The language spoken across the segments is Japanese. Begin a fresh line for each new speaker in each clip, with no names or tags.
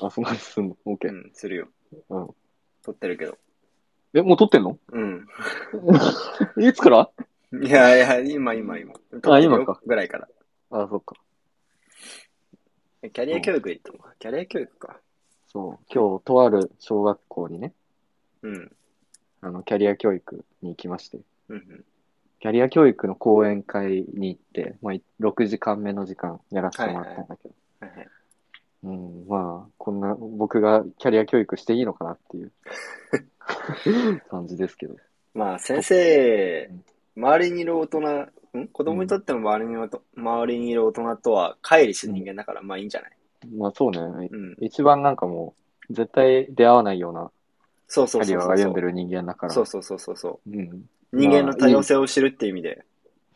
あ、その話すんの ?OK。
うん、するよ。
うん。
撮ってるけど。
え、もう撮ってんの
うん。
いつから
いやいや、今、今、今。
あ今か。
ぐらいから。
あ、そっか。
えキャリア教育行ったのか。キャリア教育か。
そう。今日、とある小学校にね、
うん。
あの、キャリア教育に行きまして、
うんうん。
キャリア教育の講演会に行って、まあ、い6時間目の時間やらせてもらったんだけど、
はいはい。
うん、まあ、こんな、僕がキャリア教育していいのかなって いう感じですけど。
まあ、先生
うん、
周りにいる大人、ん子供にとっても周りにいる大人周りにいる大人とは乖離してる人間だから、まあいいんじゃない
まあ、そうね。
うん。
一番なんかもう、絶対出会わないような
そう
キ
そう
ャリ
そう
アを
そう。
歩んでる人間だから。。
そうそうそうそうそう
うん。
う。人間の多様性を知るっていう意味で。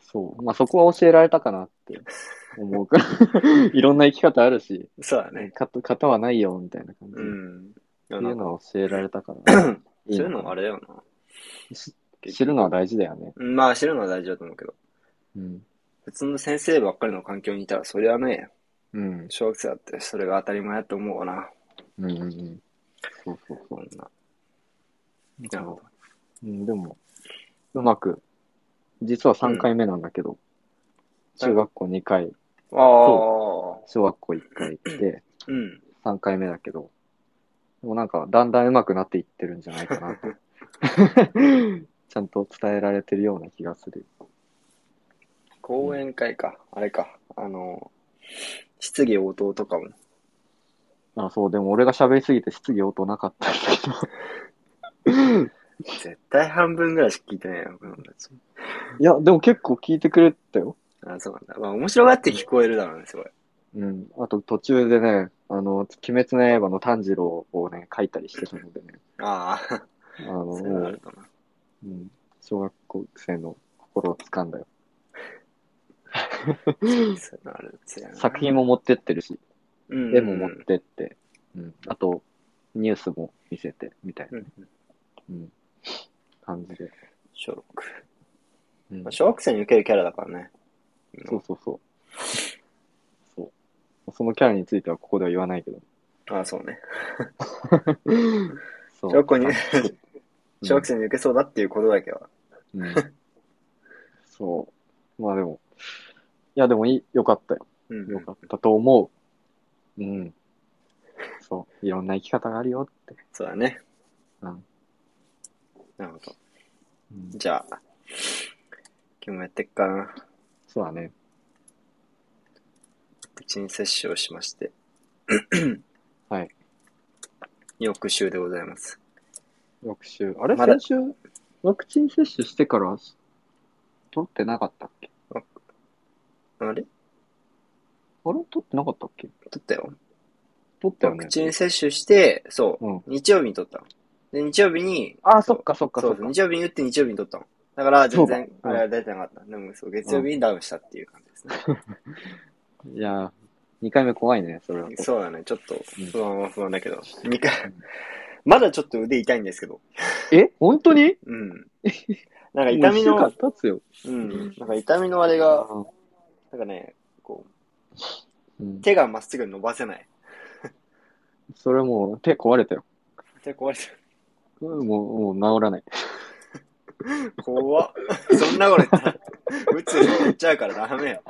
そう。まあ、そこは教えられたかなって思う から。いろんな生き方あるし、
そうだね。
か型はないよ、みたいな感じ。
う
っ
ん。
て
世
いう
の
のは教えられたから。いい
そうい
な
うのもあれだよな。
し知るのは大事だよね。
うんまあ知るのは大事だと思うけど、
うん。
普通の先生ばっかりの環境にいたら、それはね、
うん。
小学生だってそれが当たり前だと思うわな。
うんうんうん。そうそうそ
こんな。なるほど。
う。うん、でも、うまく、実は3回目なんだけど、中学校2回、
ああ、
小学校1回来て、
うん。
3回目だけど、でもなんか、だんだんうまくなっていってるんじゃないかなと。ちゃんと伝えられてるような気がする。
講演会か。あれか。あの、質疑応答とかも。
あ、そう、でも俺が喋りすぎて質疑応答なかったんだけど。
絶対半分ぐらいしか聞いてないよ、この友達
いや、でも結構聞いてくれたよ。
あそうなんだ。まあ面白がって聞こえるだろうね、すごい。
うん。あと途中でね、あの、鬼滅の刃の炭治郎をね、書いたりしてたのでね。
ああ、
あの、
そういうの
も
あ
う
るかな。
うん、小学校生の心を掴んだよ。
そういうのある。そうやな
作品も持ってってるし、
うんうん
絵も持ってって、うん。あと、ニュースも見せて、みたいな、
うんうん
うん。感じで。
小六。
うん
まあ小学生に受けるキャラだからね。
そうそうそう。そう。そのキャラについてはここでは言わないけど。
ああ、そうね。
そう
小学校に
あそう
小学生に受けそうだっていうことだけは。
うんうんそう。まあでも、いやでもいい、よかったよ。
うんうん
よかったと思う。うん。そう。いろんな生き方があるよって。
そうだね。
うん。
なるほど。
うん、
じゃあ、今日もやってっかな。
そうだね。
プチン摂取をしまして。
はい。
翌週でございます。
翌週。あれ、
まだ
先週、ワクチン接種してから、取ってなかったっけ
あれ
あれ取ってなかったっけ
撮ったよ。
取ったよ
ワ
ね
ク。チン接種して、そう、
うん。
日曜日に撮ったの。で、日曜日に、
あ、そっかそっか
そ
そうっ
そ
か
う、。日曜日に打って日曜日に撮ったの。だから、全然
そう、か
あ
うん
れは出てなかった。でも、そう、月曜日にダウンしたっていう感じですね。
いやー、2回目怖いね、それは。
そうだね、ちょっと
うん、
不安は不安だけど。二回、まだちょっと腕痛いんですけど。
え本当に
うん。なんか痛み
もう一
の、
週間経つよ。
うん。なんか痛みのあれが、なんかね、こ
うん
う、手がまっすぐ伸ばせない。
それもう手壊れたよ。
手壊れて
うんもう、もう治らない。
る。怖っ。そんなこと言ったら、宇宙に行っちゃうからダメよ。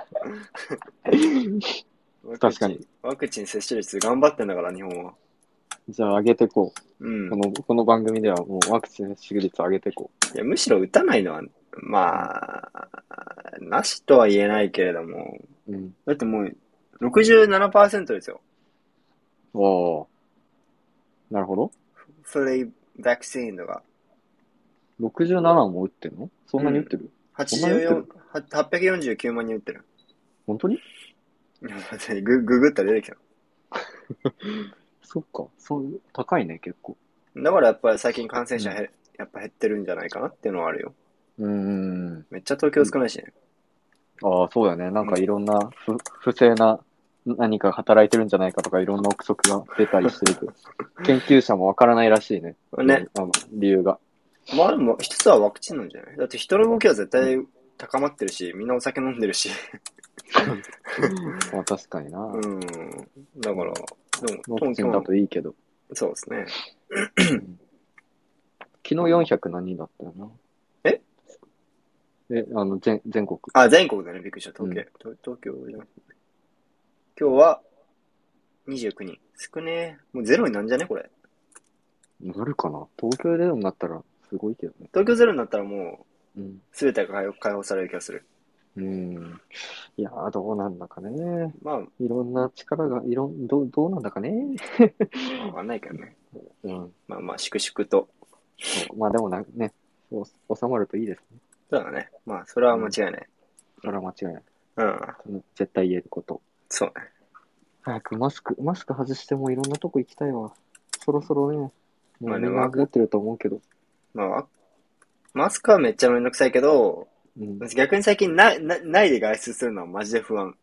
確かに。
ワクチン接種率頑張ってんだから、日本は。
じゃあ上げてこ
う
う。
ん
こ。の、この番組ではもうワクチン接種率上げてこ
いやむしろ打たないのは、まあ、なしとは言えないけれども、
う。うん。
だってもう、67%ですよ。
おー。なるほど。
それ、バクチン度が。
67も打ってんのそんなに打ってる、
84、849万人打ってる。
本当に
いや待って グググったら出てきた。
そっか。そう、高いね、結構。
だからやっぱり最近感染者へ、やっぱ減ってるんじゃないかなっていうのはあるよ。
うーん。
めっちゃ東京少ないしね。
ああ、そうだね。なんかいろんな不不正な何か働いてるんじゃないかとかいろんな憶測が出たりしてる けど、研究者もわからないらしいね。
ね。
あの理由が。
まあでも、一つはワクチンなんじゃないだって人の動きは絶対高まってるし、みんなお酒飲んでるし。
まあ確かにな。
うん。だから、でも、
ワ
ト
ク
ン
チ
君
ンだ
は
といいけど。
そうですね。
昨日400何人だったよな。
え
え、あの、全全国。
あ、全国だね、びっくりした、東京。東東京じゃん。今日は29人。少ねえ。もうゼロになんじゃねこれ。
なるかな東京でもなったらすごいけどね。
東京ゼロになったらもう、
うん。
すべてが解放解放される気がする。
うん。いやー、どうなんだかね。
まあ、
いろんな力が、いろん、どうどうなんだかね。
わかんないけどね。
うん。
まあまあ、粛々と。
そうまあでもな、ね、そう収まるといいですね。
そうだね。まあ、それは間違いない。
それは間違いない。
うん。
それは絶対言えること。
そうね。
早くマスク、マスク外してもいろんなとこ行きたいわ。そろそろね、も
まあ
う
ね
みんな
ワク
持ってると思うけど。
まあわ、マスクはめっちゃめんどくさいけど、
うん。
逆に最近な、な、ないで外出するのはマジで不安。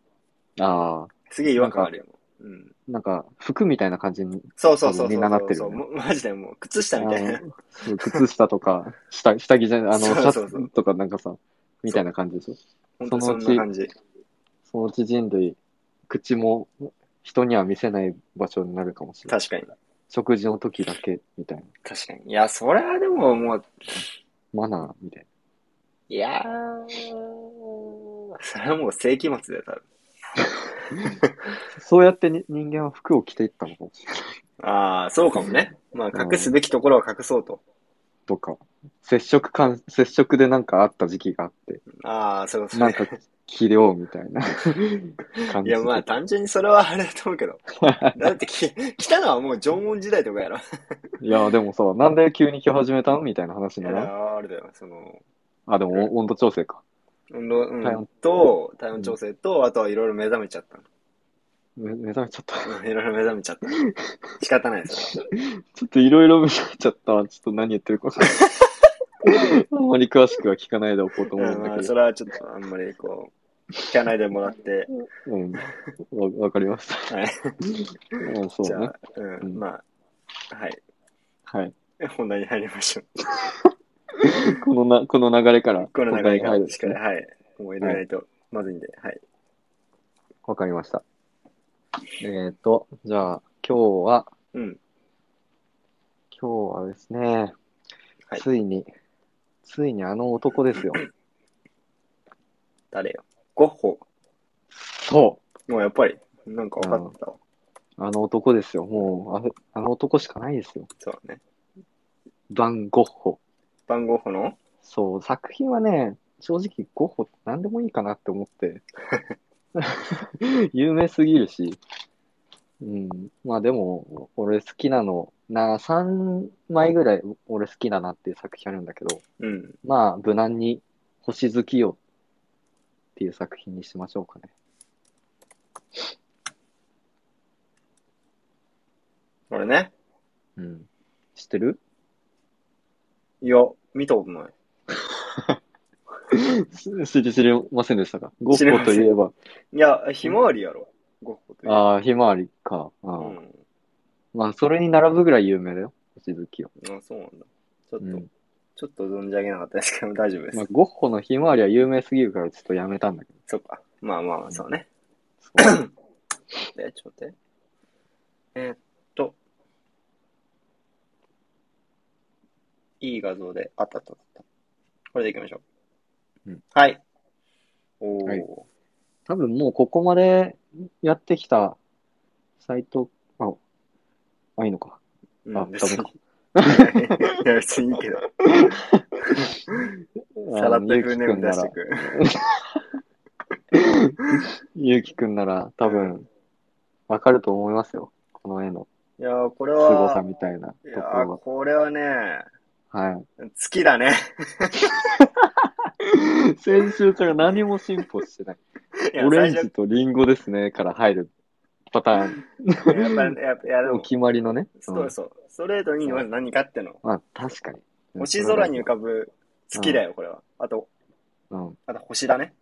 ああ。
すげえ違和感あるよ。うん。
なんか、服みたいな感じに、
そうそうそうそうそう。
みんななってるよね
もうマジでもう、靴下みたいな
あ。のそう靴下と か、下下着じゃない、あの、シ
そうそうそう
ャツとかなんかさ、みたいな感じでしょ。
本当にそ
その
ん
うち
な感じ。
そのうち人類、口も人には見せない場所になるかもしれない。
確かに。
食事の時だけ、みたいな。
確かに。いや、それはでももう、
マナー、みたい
いやー、それはもう世紀末だよ、多分。
な。そうやってに人間は服を着ていったのかもしれない。
あー、そうか もね。まあ、隠すべきところは隠そうと。
とか、接触感、接触でなんかあった時期があって、
あー、そうそう。
なんか着ようみたい な感
い
じで。
や、まあ、単純にそれはあれだと思うけ ど。だってき、来たのはもう縄文時代とかやろ。
いや、でもさ、なんで急に着始めたのみたいな話
い
に
や
ならん
あれだよ、その、
あ、でも温度調整か。
運動、う
体
ん
温、
と、体温調整と、あとはいろいろ目覚めちゃった
め目覚めちゃった。
の。 いろいろ目覚めちゃった。仕方ないですよ。
ちょっといろいろ見ちゃっちゃったわ。ちょっと何言ってるか分かんない。あんまり詳しくは聞かないでおこうと思
う
うんん
ま
だ
あ、
け
そ
ど。
れはちょっとあんまりこう、聞かないでもら って、
うん。わわかりま した。
はい。
うん、そ
じ
う
ゃ
ね
あ。、う、
うんん
まあ、はい。
はい。
本題に入りま しょう。
このな、この流れから。
この
本
流れから、
題に入るんで
しっ
す
かり、
ね
はい。思い入れないとまずいんで、はい。
わかりました。えっと、じゃあ、今日は、
うん。
今日はですね
は、い
ついに、ついにあの男ですよ。
誰よ。ゴッホ。
そ
もうやっぱり、なんか分かったわ。
う。あの男ですよ。もう、あれあの男しかないですよ。
そうだね。
バン・ゴッホ。
バンゴッホの
そう、作品はね、正直ゴッホ何でもいいかなって思って。 有名すぎるし。うん。まあでも、俺好きなの、な、3枚ぐらい俺好きだなっていう作品あるんだけど、
うん。
まあ、無難に、星月夜っていう作品にしましょうかね。
俺ね。
うん。知ってる
いや、見たことない。
知り知りませんでしたかゴッホといえば、
いや、ひまわりやろ。ゴッホという。
ああ、ひまわりか。あ
う
ー
ん。
まあ、それに並ぶぐらい有名だよ。星月夜。
あ、そうなんだ。ちょっと、
うん
ちょっと存じ上げなかったですけど、大丈夫です。
まあ、ゴッホのひまわりは有名すぎるからちょっとやめたんだけ
そっか。まあまあまあ、そうね。
ど。そう
え、ちょっと待って。えーっと。いい画像で、あったあったあった。これでいきましょう。
うん
はい。おー。
はい多分もうここまでやってきた斎藤、あ、あ、いいのか。
うん、
あ、
別
ダメ
に。
か。
いや、別にいい けど。さらっと
あの
フルネーム出して
ゆうきくんならゆうき
く。
くんなら多分わかると思いますよ。この絵の
いやー、これ
凄さ
は、
みたいなと
い
こ
やー、
ろ
これはね、
は。はい。
好き だね。
先週から何も進歩してない。
いや
オレン
最初
ジとリンゴですねから入るパターン。
いややっぱり、やっぱいやで
お
も、
決まりのね。
そう
うん
そう。ストレートにまず何かっての。
まあ確かに。うん
星空に浮かぶ、好きだよ、これは。あと、
うん。
あと星だね。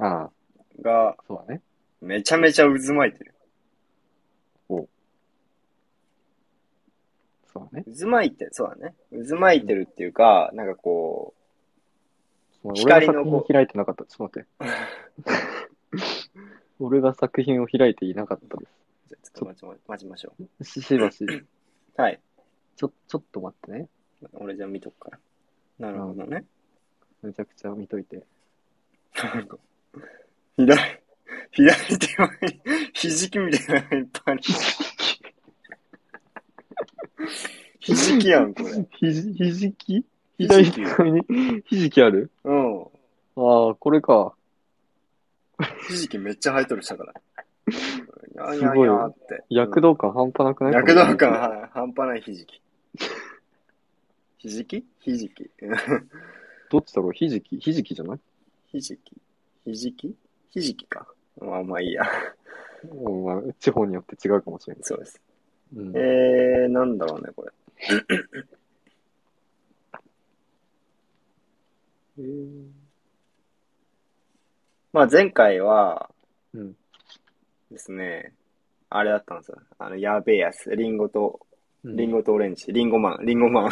ああ、
が、
そうだね。
めちゃめちゃ渦巻いてる。
そうだね。
渦巻いて、そうだね。渦巻いてるっていうか、なんかこ
俺
光
が
の
作
こう
品開いてなか った。ちょっと待って。俺が作品を開いていなかったです。
じゃあちょっと待ちま待ちましょう。
ししばし、
はい。
ちょ、ちょっと待ってね。
俺じゃあ見とくから。なるほどね。
めちゃくちゃ見といて。
なんか左、左手前に、ひじきみたいなのがいっぱいある。 ひじきやん、これ。
ひじ、ひじき
ひじ
左手
き
に、ひじきある
うん。
ああ、これか。
ひじきめっちゃ生えとるしたから。
すごい
やんやんやんって。
躍動感半端なくない
躍動感は半端ないひじき。ひじ きひじき。うん
どっちだろうひじきひじきじゃない
ひじきひじきひじきか。まあまあいいや。
うん、まあ、地方によって違うかもしれない。
そうです。
うん、
えー、なんだろうね、これ。まあ前回は
うん
ですね、あれだったんですよ。あの、やべえやつ。リンゴと、リン
ゴ。
ゴとオレンジ。リンゴマン、リンゴマン。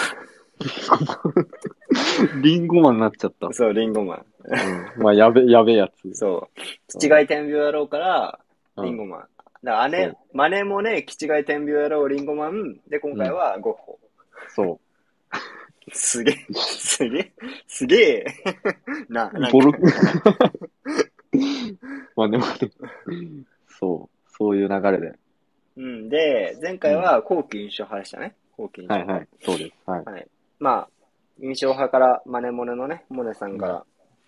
リンゴマンになっちゃった。
そう、リンゴマン。
うん、まあ、やべ、やべえやつ。
そう。キチガイ天病野郎から、
うん
リンゴマン。だから
そ
姉
う、
マネもね、キチガイ天病野郎、リンゴマン。で、今回はゴッホ。
そ
すげえ、すげえ、すげえ。 な、なんか
う。ボロク。 まあ、でも、そう。そういう流れで。
うん。で、前回は後期印象派でしたね。後期印象
はい
派。
はい。そうです。はい。
はい。まあ、印象派から、マネモネのね、モネさんから、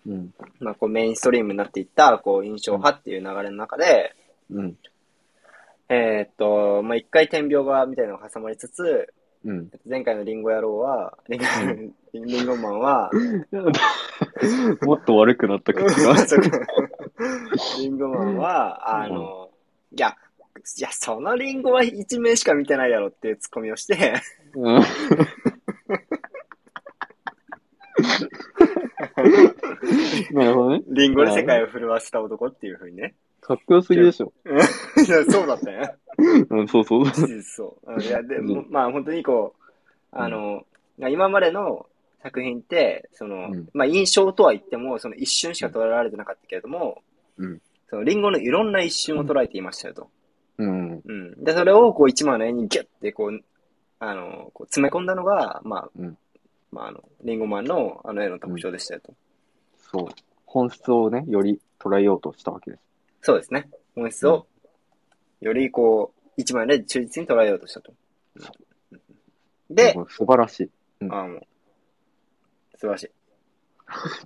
うん。
まあ、こうメインストリームになっていった、こう、印象派っていう流れの中で、
うん。
えーっと、まあ、一回天秤がみたいなのが挟まりつつ、
うん。
前回のリンゴ野郎は、リンゴ、リンゴマンは、
もっと悪くなった感じが。
そうかリンゴマンは、あの、いや、いや、そのリンゴは一面しか見てないやろっていうツッコミをして、
うん。なるほどね。
リンゴで世界を震わせた男っていうふうにね。
かっこよすぎでしょ。
いやそうだったよ。
うん、そうそう。
事実そううん。いや、で、
うん
もまあ本当にこう、あの、今までの作品って、その、
うん
まあ印象とは言っても、その一瞬しか捉えられてなかったけれども、
うん
そのリンゴのいろんな一瞬を捉えていましたよと。
うん。
うん。で、それをこう一枚の絵にギュッてこう、あの、こう詰め込んだのが、まあ、
うん
まああの、リンゴマンのあの絵の特徴でしたよと。
そう。本質をね、より捉えようとしたわけです。
そうですね。本質を、よりこう、一枚の絵で忠実に捉えようとしたと。で、
もう素晴らしい。
ああ、もう。素晴らし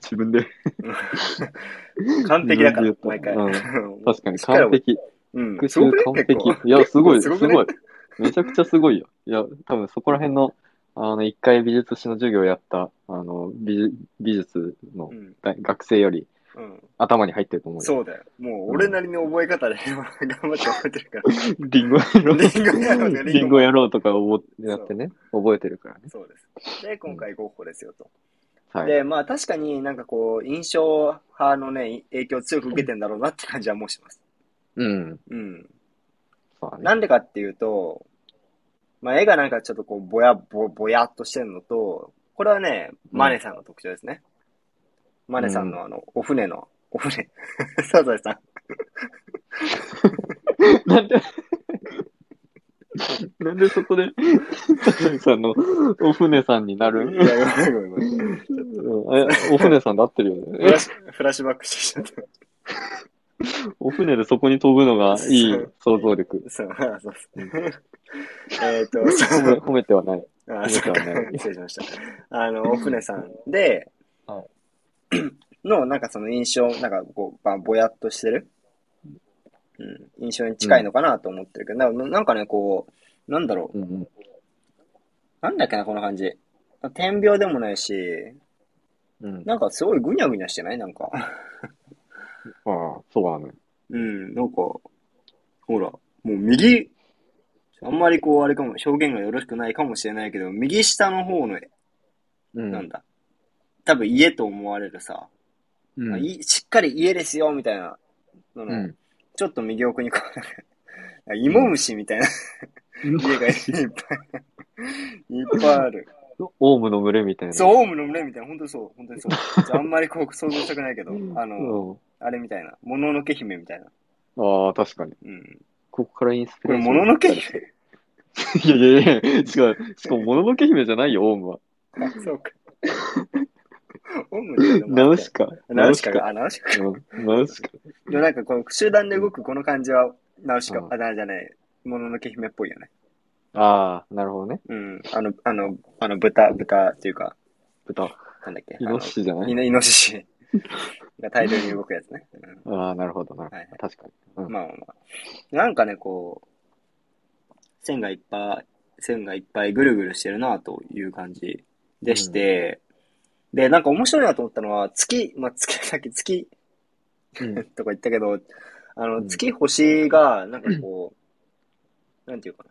自分で。
い。 完璧だから
自、分
毎
で言
回。
った 確かに
力を
完璧。
うん。
復
すご
習
くね
完
結
璧
構。
いや、すごい、
す
す
ご
ご
くね
い。めちゃくちゃすごいよ。いや、多分そこら辺の、あの、一回美術史の授業やった、あの、美美術の
うん。
大学生より
うん。
頭に入ってると思うよ。
そうだよ。もう、俺なりの覚え方で、 頑張って覚えてる から。
リンゴ野郎。
リンゴ野郎ねリ
リ
ンゴ
ンゴ野郎とか覚えやってね、覚えてるからね。
そうです。で、今回ゴッホですよと。
はい。
で、まあ確かになんかこう、印象派のね、影響を強く受けてんだろうなって感じはもうします。
うん。
うん。
そうだね。
なんでかっていうと、まあ絵がなんかちょっとこう、ぼや、ぼ、ぼやっとしてるのと、これはね、
うん
マネさんの特徴ですね。マネさんのあの、お船の、お船、 サザエさん。
なんで、 なんでそこで、 サザエさんのお船さんになる
いやごめんごめんごめん
うんえお船さんで合ってるよ
フラッ
ね。
シュフラッシュバックしてきちゃった。
お船でそこに飛ぶのがいい想像力。
そう、あそうそう。えっ と、
褒
そ
め
う、
褒めてはない。
あ、そうか
褒めてはな、い
失礼しました。あ の、お船さんで
は、
の、なんかその印象、なんかこう、まあ、ぼやっとしてる、うん、印象に近いのかなと思ってるけど、なんかなんかね、こう、なんだろう、
うんうん。
なんだっけな、この感じ。点描でもないし、
うん、あ
なんかすごいぐにゃぐにゃしてないなんか。
あ、そうだね。
うん、なんか、ほら、もう右、あんまりこう、あれかも、表現がよろしくないかもしれないけど、右下の方の、
う
なん
ん。
だ、多分家と思われるさ、
うん
いしっかり家ですよ、みたいなの
う
の、
ん。
ちょっと右奥にこう、なんか芋虫みたいな家がいっぱい、いっぱいあ る。
オウムの群れみたいな。
そう、オウムの群れみたいな、本当にそう、本当にそう。ちょあんまりこう、想像したくないけど、あ
う
の、あれみたいな、もののけ姫みたいな。
ん。ああ、確かに。
うん。
ここからインスピ
こ
レ
れ、
ーション。
もののけ姫。
いやいやいや、違う。 しかも、もののけ姫じゃないよ、オウムは。
あ、そうか。オウムっていうのもあ
ナ
っ
ウ
て
シカ。
ナウシカが、。あ、ナウシカか。
うん、ナウシカ。
でもなんかこの集団で動くこの感じは、ナウシカ
う、ん
あ、なじゃない、もののけ姫っぽいよね。
ああ、なるほどね。
うん。あの、あの、あの、豚、豚っていうか、
豚。
なんだっけ。
イノシシじゃ
あ
な
の
い
イノイノシシが大量に動くやつね。うん
ああ、なるほど、なるほど。
はいはい
確かに。うん
まあまあまあ。なんかね、こう、線がいっぱい、線がいっぱいぐるぐるしてるなという感じでして、で、なんか面白いなと思ったのは、月、まあ月、さっき月
うん。
とか言ったけど、あ
う
の、
ん
月星が、なんかこう、なんていうか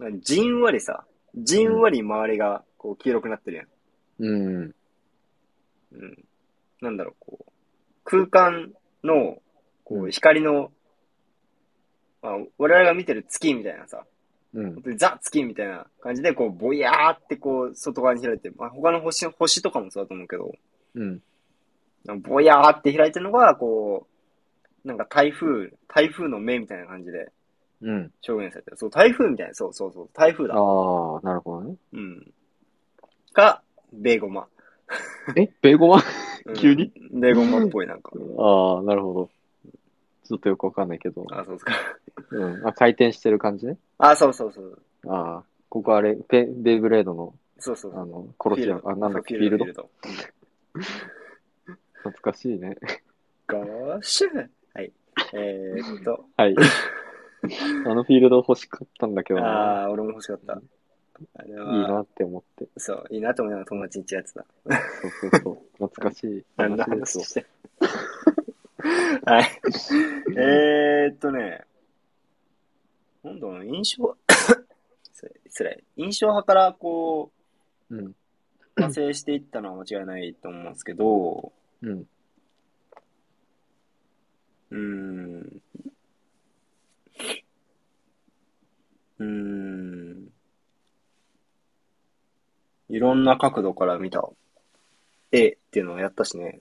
な。なんかじんわりさ、じんわり周りがこう黄色くなってるやん。
うん。
うん。なんだろう、こう、空間の、こ
う
う、
ん
光の、まあ、我々が見てる月みたいなさ、
うん
本。当にザ月みたいな感じで、こう、ぼやーってこう、外側に開いてる、まあ、他の星、星とかもそうだと思うけど、
うん。
なんかぼやーって開いてるのが、こう、なんか台風、台風の目みたいな感じで
うん。
表現されてる。そう、台風みたいな、そうそうそう、台風だ。
ああ、なるほどね。
うん。か、ベーゴマ。
え、ベーゴマ
うん
急に
ベーゴマっぽい、なんか。
ああ、なるほど。ちょっとよくわかんないけど。
あ、そうですか。
うん。あ、回転してる感じね。
あ、そうそうそう。
ああ、ここあれ、ベベイブレードの、
そうそうそう
あ。の、殺し屋、あ、なんだっけ、
そ
フ
う
ィールド。
ド。
懐かしいね。
ゴーシュはい。えー っと、
はい。あのフィールド欲しかったんだけどな、
ああ、俺も欲しかった。あれ
いい
は、
なって思って。
そう、いいなと思いながら友達に言っちゃうやつだ。
そうそう そう。懐かしい
何の
話です
話
よ。
してる はい。えーっとね、今度の印 象、失礼失礼。印象派からこ
うん。
う、派生していったのは間違いないと思うんですけど、
うん。
うーん。うーん。いろんな角度から見た絵っていうのをやったしね。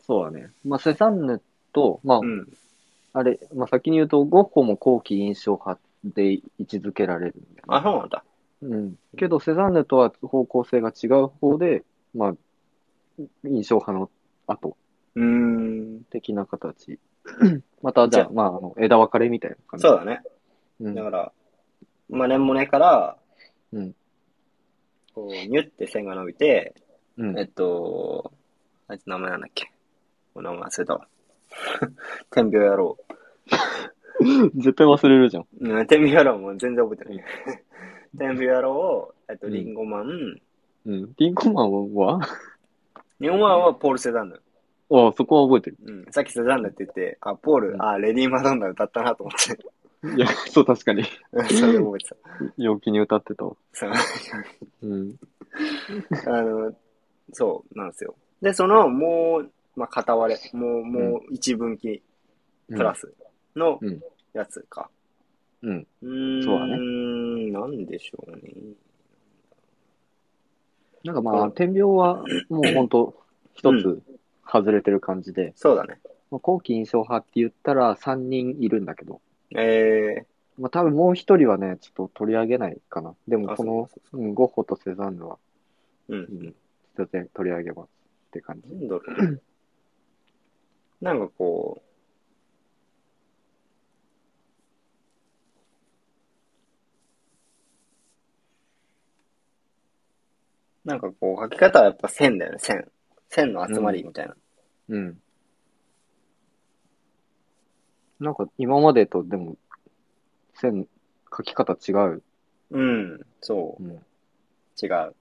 そうだね。まあ、セザンヌと、まあ、
うん。
あれ、まあ、先に言うと、ゴッホも後期印象派で位置づけられるんだよね
あ、そうなんだ。
うん。けど、セザンヌとは方向性が違う方で、まあ、印象派の後
うーん。
的な 形。また、じゃ
じ
あ、まあ、あの枝分かれみたいな感じ。
そうだね。
うん。
だから、まあ、年もねから、
うん
こう、ニュって線が伸びて、
うん
えっと、あいつ名前なんだっけお名前忘れたわ。 天秤野郎。
絶対忘れるじゃん。
うん、天秤野郎も全然覚えて ない。天秤野郎、えっと、
うん
リンゴマン、
うん。リンコマンはあ
リンゴマンはポール・セダンヌ。
そこは覚えてる。
うん、さっきセダンヌって言って、あ、ポール、
うん
あ、レディー・マドンナ歌ったなと思って、
いや、そう、確かに。
それで覚えてた。
陽気に歌ってたわ。
そう
うん。
あの、そうなんですよ。で、その、もう、まあ、片割れ、もう、もう、一分岐プラ
ス。
スの
うん
やつか。
うん。
うーん、
そうだね
なんでしょうね。
なんかまあ、天秤は、もう本当
う
一
ん
つ外れてる感じで、
そうだね。
まあ、後期印象派って言ったら3人いるんだけど、
え
まあ多分もう一人はね、ちょっと取り上げないかな。でも
あ
この
そう、
うん、ゴッホとセザンヌは、
ー、う。
うんん、全然取り上げますって感じ
な。んだろうね。なんかこう、なんかこう、書き方はやっぱ線だよね、線。線の集まりみたいな。
うん。なんか今までとでも、線、書き方違う。
うん、そう
う、ん。
違う。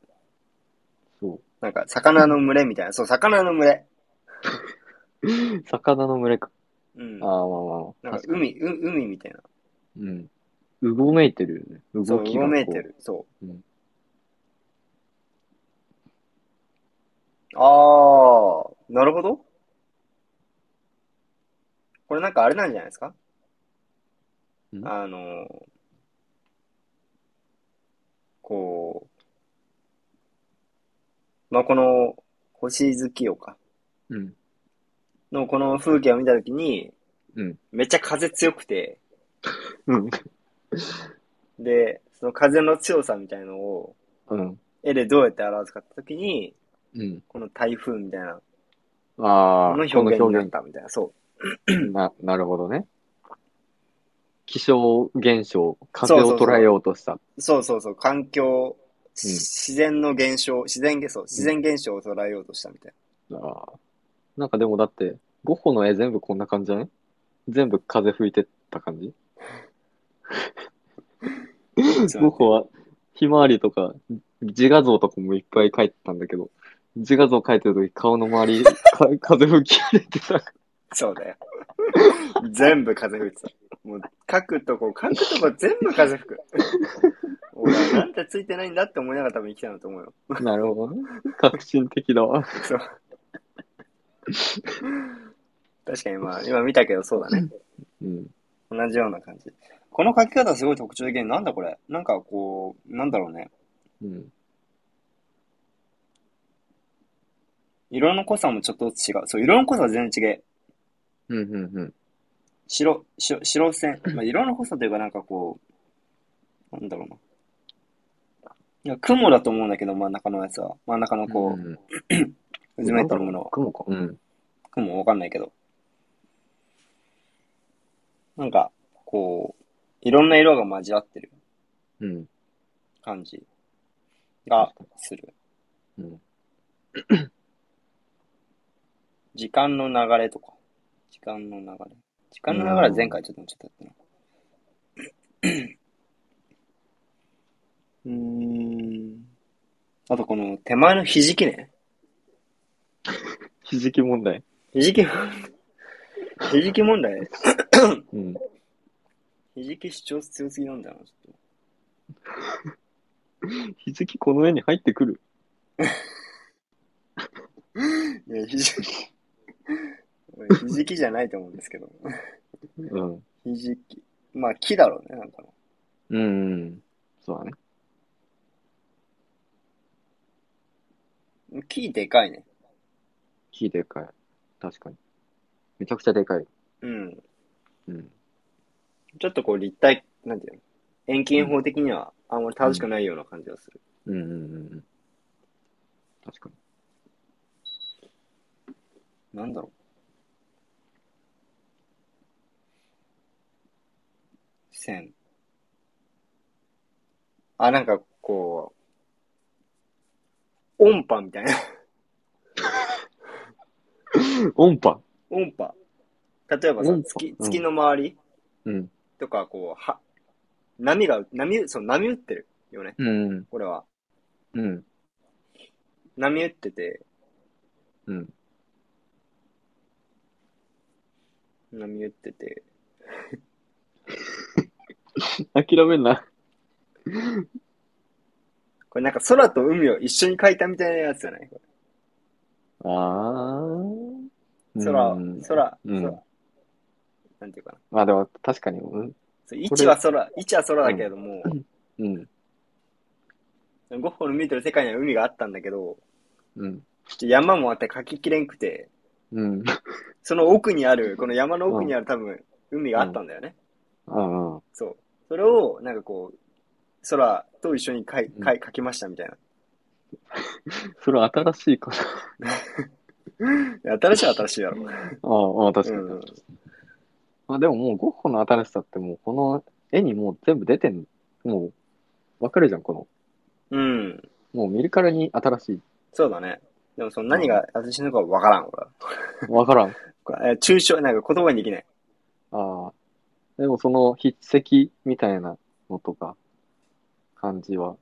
そ
なんか、魚の群れみたいな。そう、魚の群れ。
う。魚の群れか。
うん。
ああ、まあまあまあ。
なんか
確か
海、う海みたいな。
に。うん。うごめいてるよね。動き
そ
がこう。
う、うごめいてる。そう。
うん
ああ、なるほど。これなんかあれなんじゃないですか
ん
あのー、こう、まあ、この、星月夜か。
うん。
のこの風景を見たときに、
うん
めっちゃ風強くて、
うん。
で、その風の強さみたいのを
うん。
絵でどうやって表すかって時に、
うん。
この台風みたいな、
あ
こ
あ、
の
こ
表現
の
にな
表
っ
現
たみたいな。そう。
な、なるほどね。気象現象、風
そうそ
を
うそう
捉えようとした。
そうそうそう、環境、し自然の現象、自然現象、自然現象を捉えようとしたみたい
ああなんかでもだって、ゴッホの絵全部こんな感じじゃない全部風吹いてった感じ
な。
ゴッホはひまわりとか自画像とかもいっぱい描いてたんだけど、自画像描いてるとき顔の周り、 か風吹き荒れてさ、
そうだよ。全部風吹いてた。もう、書くとこ、書くとこ全部 風吹く。俺はなんてついてないんだって思いながら多分生きたんだと思うよ。
なるほどね。革新的だわ。
そう。確かにまあ、今見たけどそうだね。
うん。
同じような感じ。この書き方すごい特徴的で、なんだこれなんかこう、なんだろうね。
うん。
色の濃さもちょっとずつ違う。そう、色の濃さは全然違う。
うん、うん、うん。
白、白、白線。まあ、色の濃さというかなんかこう、なんだろうな。いや雲だと思うんだけど、真ん中のやつは。真ん中のこ
ん、
う、渦巻いてるものは。
雲か。うん。
雲わかんないけど。なんか、こう、いろんな色が混じらってる
うん。
感じがする。
うん。
時間の流れとか。時間の流れ。時間の流れは前回ちょっとちょっとやったな。うーん。あとこの手前のひじきね。
ひじき問題。
ひじき、ひじき問題。
うん。
ひじき主張強すぎなんだよな、ちょっ
ひじきこの絵に入ってくる。
と。いや、ひじき。俺ひじきじゃないと思うんですけど。
うん。
ひじき。まあ、木だろうね、なんかの。
うん、うん。そうだね。
木でかいね。
木でかい。確かに。めちゃくちゃでかい。
うん。
うん。
ちょっとこう立体、なんていうの遠近法的にはあんまり正しくないような感じがする。
うんうんうんうん。確かに。
なんだろう。線。あ、なんかこう、音波みたいな。
音波。
音波。例えばさ
音波、
月、
うん
月の周り
うん。
とか、こう、は、波が、波、そう、波打ってるよね。
うん。
これは。
うん。
波打ってて、
うん。
波打ってて、
諦めんな。
これなんか空と海を一緒に描いたみたいなやつじゃない
あー。
空を、
うん
空、
うん
空。なんていうかな。
まあでも確かに、うん。
そう位置は空、位置は空だけれども、
うん。
ゴッホの見てる世界には海があったんだけど、
うん。
ちょっと山もあって書ききれんくて、
うん。
その奥にある、この山の奥にある多分、海があったんだよね。
ああ。
そう。それを、なんかこう、空と一緒に書い
うん
書い書きましたみたいな。
それ新しいか な。
新しいは新しいだろう。
ああああ、確かに。
うん
まあでももうゴッホの新しさってもうこの絵にもう全部出てん、もうわかるじゃん、この。
うん。
もう見るからに新し
そうだね。でもその何が新しいのかわからん、俺は。
い。わからん。
これえー抽象、なんか言葉にできない。
ああ。でもその筆跡みたいなのとか、感じは。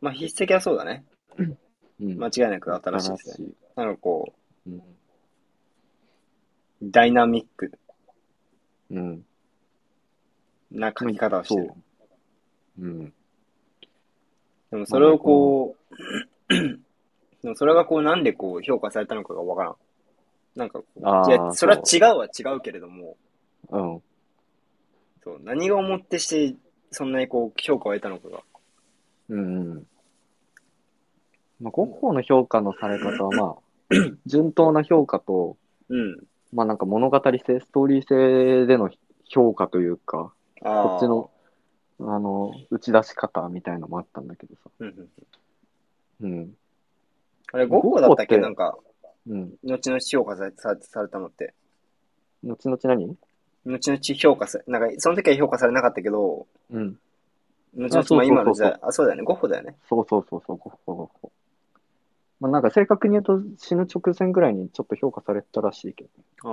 まあ筆跡はそうだね。
うん。
間違いなく新しいです
新
ね。
しい
なんかこ
うん。
う、ダイナミック
うん。
な書き方をしてる。
そう。うん。
でもそれをこう、 でもそれがこうなんでこう評価されたのかがわからん。なんかこう
あー
いや、それは
そ
違うは違うけれども、
うん。
そう何が思ってして、そんなにこう評価を得たのかが。
うんうん。まあ、ゴッホの評価のされ方は、まあ、 順当な評価と、
うん。
まあなんか物語性、ストーリー性での評価というか、
こ
っちの。あの、打ち出し方みたいのもあったんだけどさ。
うんうん
うん。
あれ、5個だったっ
五個っ
け
て
なんか、
うん。
後々評価ささされたのって。
後々何
後々評価さなんか、その時は評価されなかったけど、
うん。
後
そうそう
々、まあ今の時代、あ、そうだよね、ゴッホだよね。
そうそうそうそう、ゴッホゴッホ。まあ、なんか正確に言うと死ぬ直前ぐらいにちょっと評価されたらしいけど、
ああ。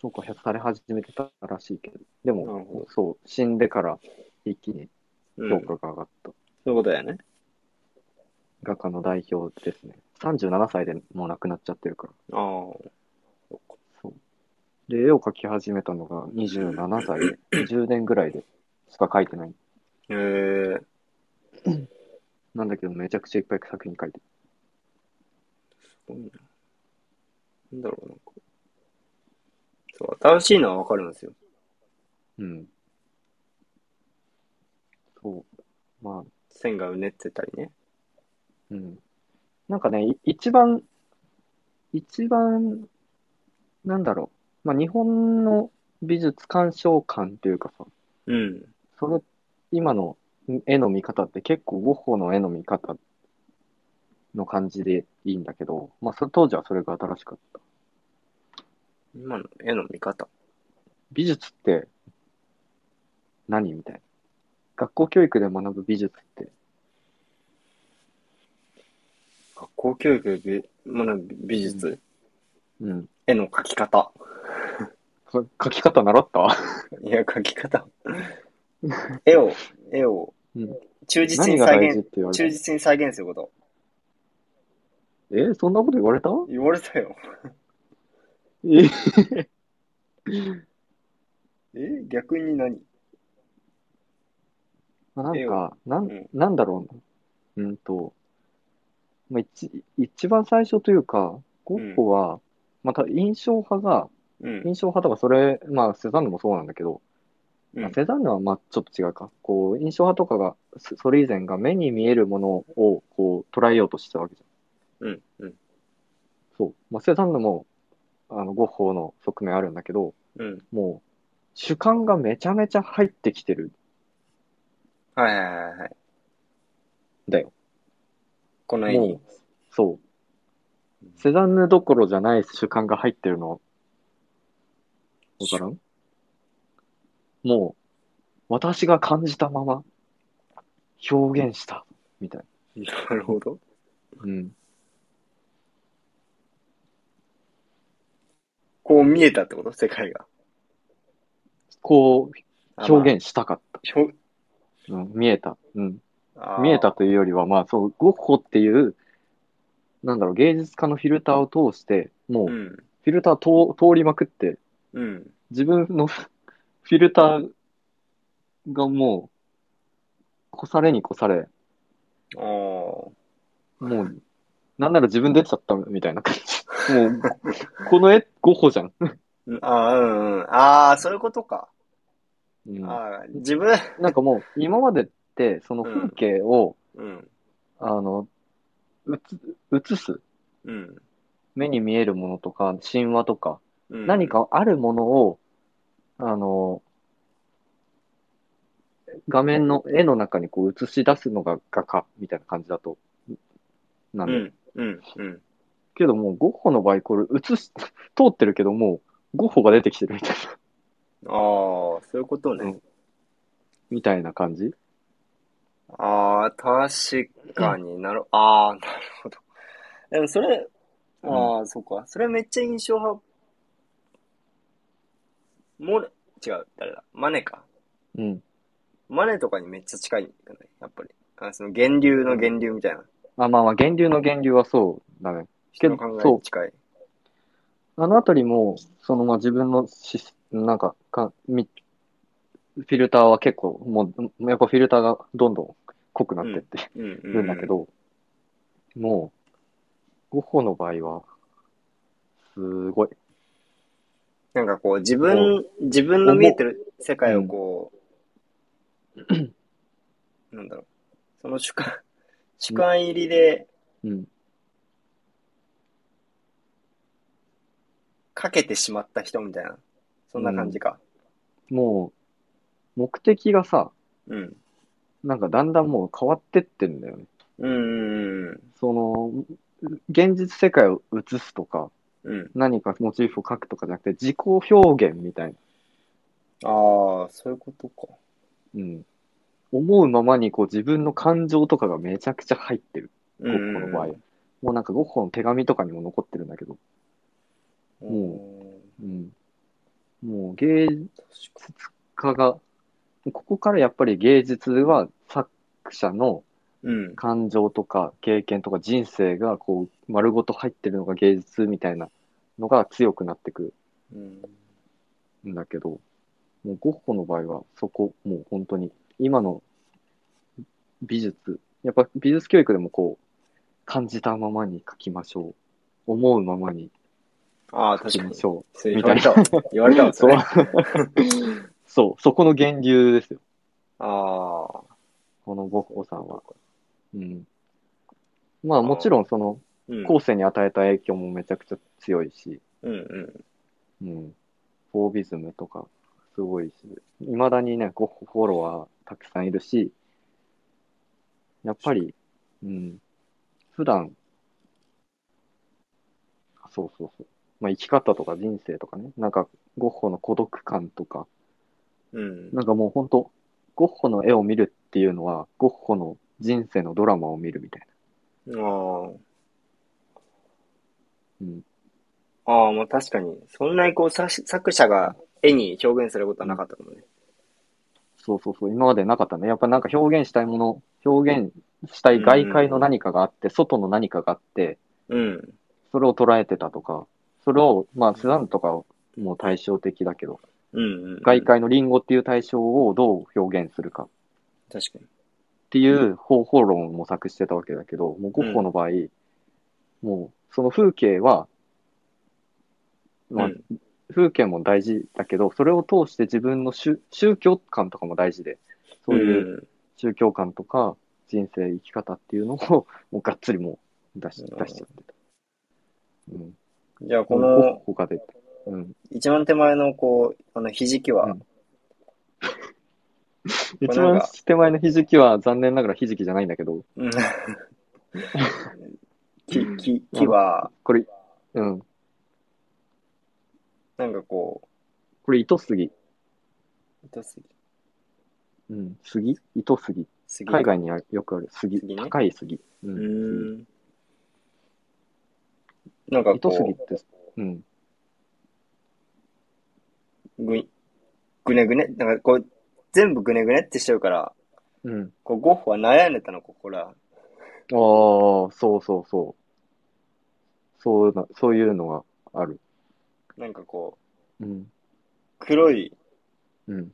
評価され始めてたらしいけど、で
なるほ
も、そう、死んでから一気に
うん。
評
そう
価が上がった、
いうことだよね。
画家の代表ですね。37歳でもう亡くなっちゃってるから。
ああ。
そう。で、絵を描き始めたのが27歳で、10年ぐらいでしか描いてない。
へえ。
なんだけど、めちゃくちゃいっぱい作品描いてる。
すごいな。なんだろう、なんか。そう、新しいのはわかるんですよ。
うん。そう。まあ、
線がうねってたりね。
うん。なんかね、い一番、一番、なんだろう。まあ、日本の美術鑑賞感というかさ、
うん。
その、今の絵の見方って結構ゴッホの絵の見方の感じでいいんだけど、まあ、そ当時はそれが新しかった。
今の絵の見方。
美術って何みたいな。学校教育で学ぶ美術って
学校教育で美学ぶ美術、
うん。
絵の描き方。
か書き方習った
いや、描き方。絵を、絵を
うん、
忠実
何
に
が
再
大事
現、
って言わ
忠
れた
実に再現すること。
えそんなこと言われた
言われたよ。
え
え逆に何
まあ、な
絵
ん
を
か、な
うん
ん、なんだろうな。うんと、まあ、一、一番最初というか、ゴッホは、また印象派が、
うん。
印象派とかそれ、まあ、セザンヌもそうなんだけど、
うん
まあ、セザンヌはまあ、ちょっと違うか。こう、印象派とかが、そそれ以前が目に見えるものを、こう、捉えようとしてたわけじゃん。
うん。うん。
そう。まあ、セザンヌも、あの、ゴッホの側面あるんだけど、
うん。
もう、主観がめちゃめちゃ入ってきてる。
はいはいはいはい。
だよ。
この絵
も
に
う。、そう。セザンヌどころじゃない主観が入ってるの。わからんもう、私が感じたまま、表現した、みたい
なるほど。
な。うん。
こう見えたってこと世界が。
こう、
あ
表現したかった。
まあ表
うん、見えた。うん。
あー
見えたというよりは、まあ、そう、ゴッホっていう、なんだろう、芸術家のフィルターを通して、もう、
う
フ
ん。
ィルター通通りまくって、
うん。
自分のフィルターがもう、越されに越され、
ああ。
もう、なんなら自分出ちゃったみたいな感じ。もう、この絵ゴッホじゃん。
うんあーうんうん。ああ、そういうことか。
うん
ああ、自分、
なんかもう、今までって、その風景を、
うん。
あの、うつ、映す。
うん。
目に見えるものとか、神話とか、
うん
何。かあるものを、あの、画面の絵の中にこう映し出すのが画家みたいな感じだと、な
うん
だ
ん。うん。うん。
けども、ゴッホの場合、これ映し、 通ってるけども、ゴッホが出てきてるみたいな、
ああ、そういうことね。
うんみたいな感じ
ああ、確かになる、ああ、なるほど。でもそれ、ああ、そうか。それめっちゃ印象派。モネ、違う、誰だ。マネか。
うん。
マネとかにめっちゃ近いんだよね、やっぱり。あその源流の源流みたいな。
あ、まあまあ、源流の源流はそうだね。け
人
ど
の考え
そう
に近い。
あのあたりも、そのまあ自分のし、なんかかみ、フィルターは結構、もう、やっぱフィルターがどんどん濃くなってって
うん、うん。
るんだけ。ど、もう、ゴッホの場合は、すごい。
なんかこう、自分、自分の見えてる世界をこう、なんだろう。その主観、主観入りで
うん。
かけてしまった人みたいな。そんな感じか。
もう、目的がさ、
うん。
なんかだんだんもう変わってってんだよね。
うんうんうん
その、現実世界を映すとか、
うん。
何かモチーフを書くとかじゃなくて、自己表現みたいな。
ああ、そういうことか。
うん。思うままにこう自分の感情とかがめちゃくちゃ入ってる。ゴ
う
ッホの場合。もうなんかゴッホの手紙とかにも残ってるんだけど、
んうんうん。
うん。もう芸
確か
術家が、ここからやっぱり芸術は作者の
に。うん。
感情とか経験とか人生がこう丸ごと入ってるのが芸術みたいなのが強くなってく
うん。
んだけど、もうゴッホの場合はそこ、もう本当に今の美術、やっぱ美術教育でもこう感じたままに描きましょう。思うままに
ああ、
描
確
き
か
ま
に。
しょ
そう言われたわ。言われたわ、それ。
そうう。そう、そこの源流ですよ。
ああ。
このゴッホさんは。うん。まあもちろんその
うん。
後世に与えた影響もめちゃくちゃ強いし、
うんうん。
うん。フォービズムとかすごいし、いまだにね、ゴッホフォロワーたくさんいるし、やっぱり、うん。普段、そうそうそう。まあ生き方とか人生とかね、なんかゴッホの孤独感とか、
うん。
なんかもう本当ゴッホの絵を見るっていうのは、ゴッホの人生のドラマを見るみたい
あ
な。うん。
あ。ああ、まあ確かに。そんなにこう、さし作者が絵に表現することはなかったかもね。
そうそうそう、今までなかったね。やっぱなんか表現したいもの、表現したい外界の何かがあって、外の何かがあって、
うん。
それを捉えてたとか、それを、まあ、スザンヌとかも対照的だけど、
うんうん。
外。界のリンゴっていう対象をどう表現するかっ
確かに。
ていう方法論を模索してたわけだけど、もうゴッホの場合、もうその風景は、まあ
うん
風景も大事だけど、それを通して自分の宗宗教観とかも大事で、そういう宗教観とか人生生き方っていうのを もうがっつりもう出し
なるほど
出しちゃってた。うん、
うん。じゃあ、こ
もう
の、
ほ他で、うん、
一番手前の、こう、あの、ひじきは、
うん
なんか
一番手前のひじきは残念ながらひじきじゃないんだけど、
うん。 き、き、きは、
これ、うん、
なんかこ
これ糸杉、
う、糸すぎ、
うん、杉糸杉。
すぎ。
海外にはよくある杉、
杉ね
高い杉。う
うんーん。なんか
糸杉っ
こ
て、うん、
う、ぐい、ぐねぐね、なんかこう、全部ぐねぐねってしちゃうから、
うん。
こう、ゴッホは悩んでたの、ここら。
ああ、そうそうそう。そうな、そういうのがある。
なんかこう、
うん、
黒い
うん。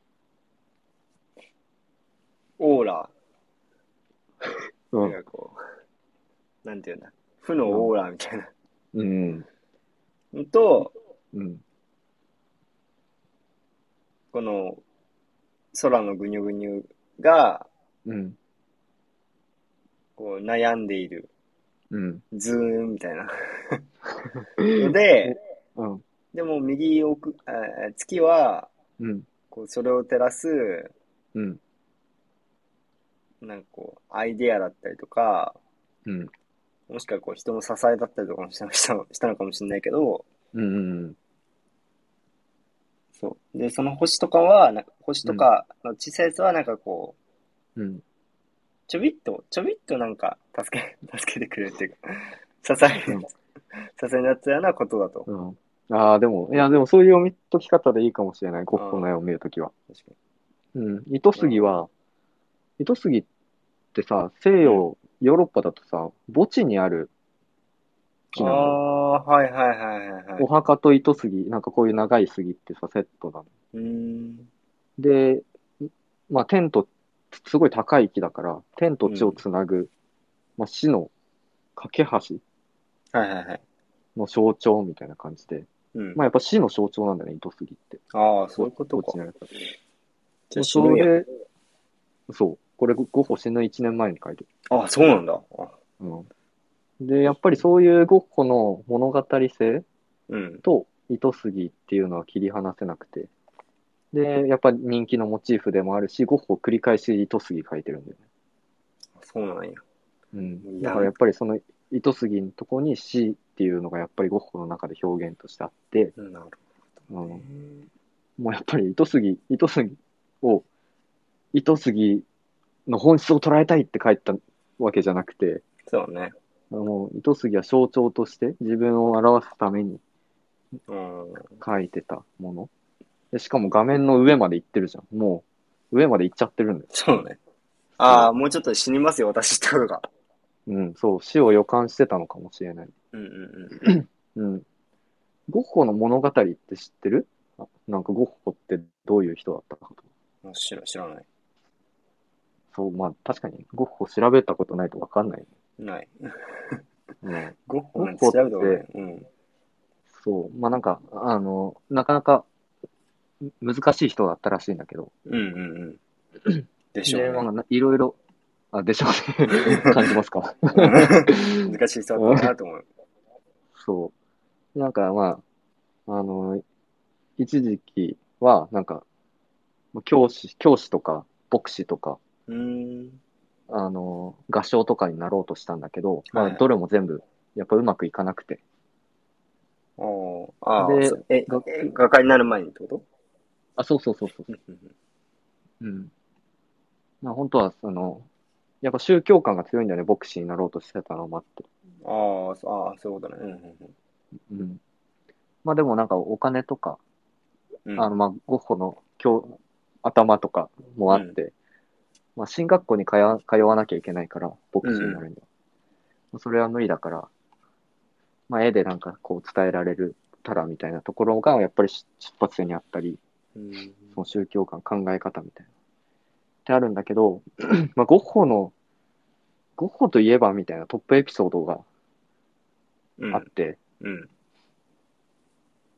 オーラ、
う
なん
ん、
かこう、なんていうんだ、負のオーラみたいな。
うん、
のと、
うん、
この、空のぐにゅぐにゅが、
うん、
こう、悩んでいる、
うん、
ズーンみ たいな。ので、
うん、
でも右奥、えー月は、
うん。
こう、それを照らす、
うん。
なんかこう、アイデアだったりとか、
うん。
もしくはこう、人の支えだったりとかもしたしたしたのかもしれないけど、
うんうん。
そう。で、その星とかは、なんか星とかの小さいやつは、なんかこう、
うん。
ちょびっと、ちょびっとなんか、助け、 助けてくれるっていうか、支え、
うん
支えになったようなことだと。
うん。ああ、でも、いや、でもそういう読み解き方でいいかもしれない。ゴッホの絵を見るときは。
確か
うん。糸杉は、糸杉ってさ、西洋、ヨーロッパだとさ、墓地にある木
に。あ
なのよ。
あー、はいはいはいはいはい
お。墓と糸杉、なんかこういう長い杉ってさ、セットなの。
うーん。
で、まあ、天と、すごい高い木だから、天と地をつなぐ、まあ、死の架け橋
はいはいはい。
の象徴みたいな感じで、
うん。
まあ、やっぱ死の象徴なんだよね、糸杉って。
ああ、そういうこと
こっち
か。
のやつだと
じゃあ死
そ
ぬやん。
れ、そう。これ、ゴッホ死ぬ1年前に書いてる。
ああ、そうなんだ。あ
うん。で、やっぱりそういうゴッホの物語性
うん。
と糸杉っていうのは切り離せなくて、で、やっぱ人気のモチーフでもあるし、ゴッホ繰り返し糸杉描いてるんだよね。
そうなんや。
うん。
いや
だからやっぱりその糸杉のとこに死っていうのがやっぱりゴッホの中で表現としてあって、
なる
う
ほどね
ん。もうやっぱり糸杉、糸杉を、糸杉の本質を捉えたいって書いたわけじゃなくて、
そうね。
あの糸杉は象徴として自分を表すために
うん。
書いてたもの。でしかも画面の上まで行ってるじゃん。もう上まで行っちゃってるんだよ。
そうね。ああ、もうちょっとで死にますよ、私ってことが。
うん、そう、死を予感してたのかもしれない。
うんうんうん。
うん。ゴッホの物語って知ってるあなんかゴッホってどういう人だったかと。
もう知ら知らない。
そう、まあ確かにゴッホ調べたことないとわかんない、
ない。
うん。
ゴッホなんて
ゴ
調
ッホ
べ
って
たことない。うん。
そう、まあなんか、あの、なかなかむ難しい人だったらしいんだけど、
うんうんうん。 でしょ
で
う
まあ
ね。
ないろいろ、あ、でしょうね。感じますか。
難しい人だったなと思う。
そう。なんかまあ、あの、一時期は、なんか、まあ教師、教師とか、牧師とか、
うーん。
あの、合唱とかになろうとしたんだけど、ま
は
あ、
い
どれも全部、やっぱうまくいかなくて。
あーあ
で
ー、そうえ、
が
え画家になる前にってこと
あ、そうそうそうそう。
うんうん
うん。まあ、本当は、その、やっぱ宗教感が強いんだよね、牧師になろうとしてたのもあって。
うんあーそうあー、そういうことね。うんうん
うん。まあでもなんかお金とか、
うん。
あの、まあゴッホの教頭とかもあって、まあ進学校に通わ通わなきゃいけないから、牧師になるには。まあそれは無理だから、まあ絵でなんかこう伝えられるたらみたいなところがやっぱり出発点にあったり、
うん
その宗教観、考え方みたいな。ってあるんだけど、 まあゴッホの、ゴッホといえばみたいなトップエピソードが
うん
あって、
うん。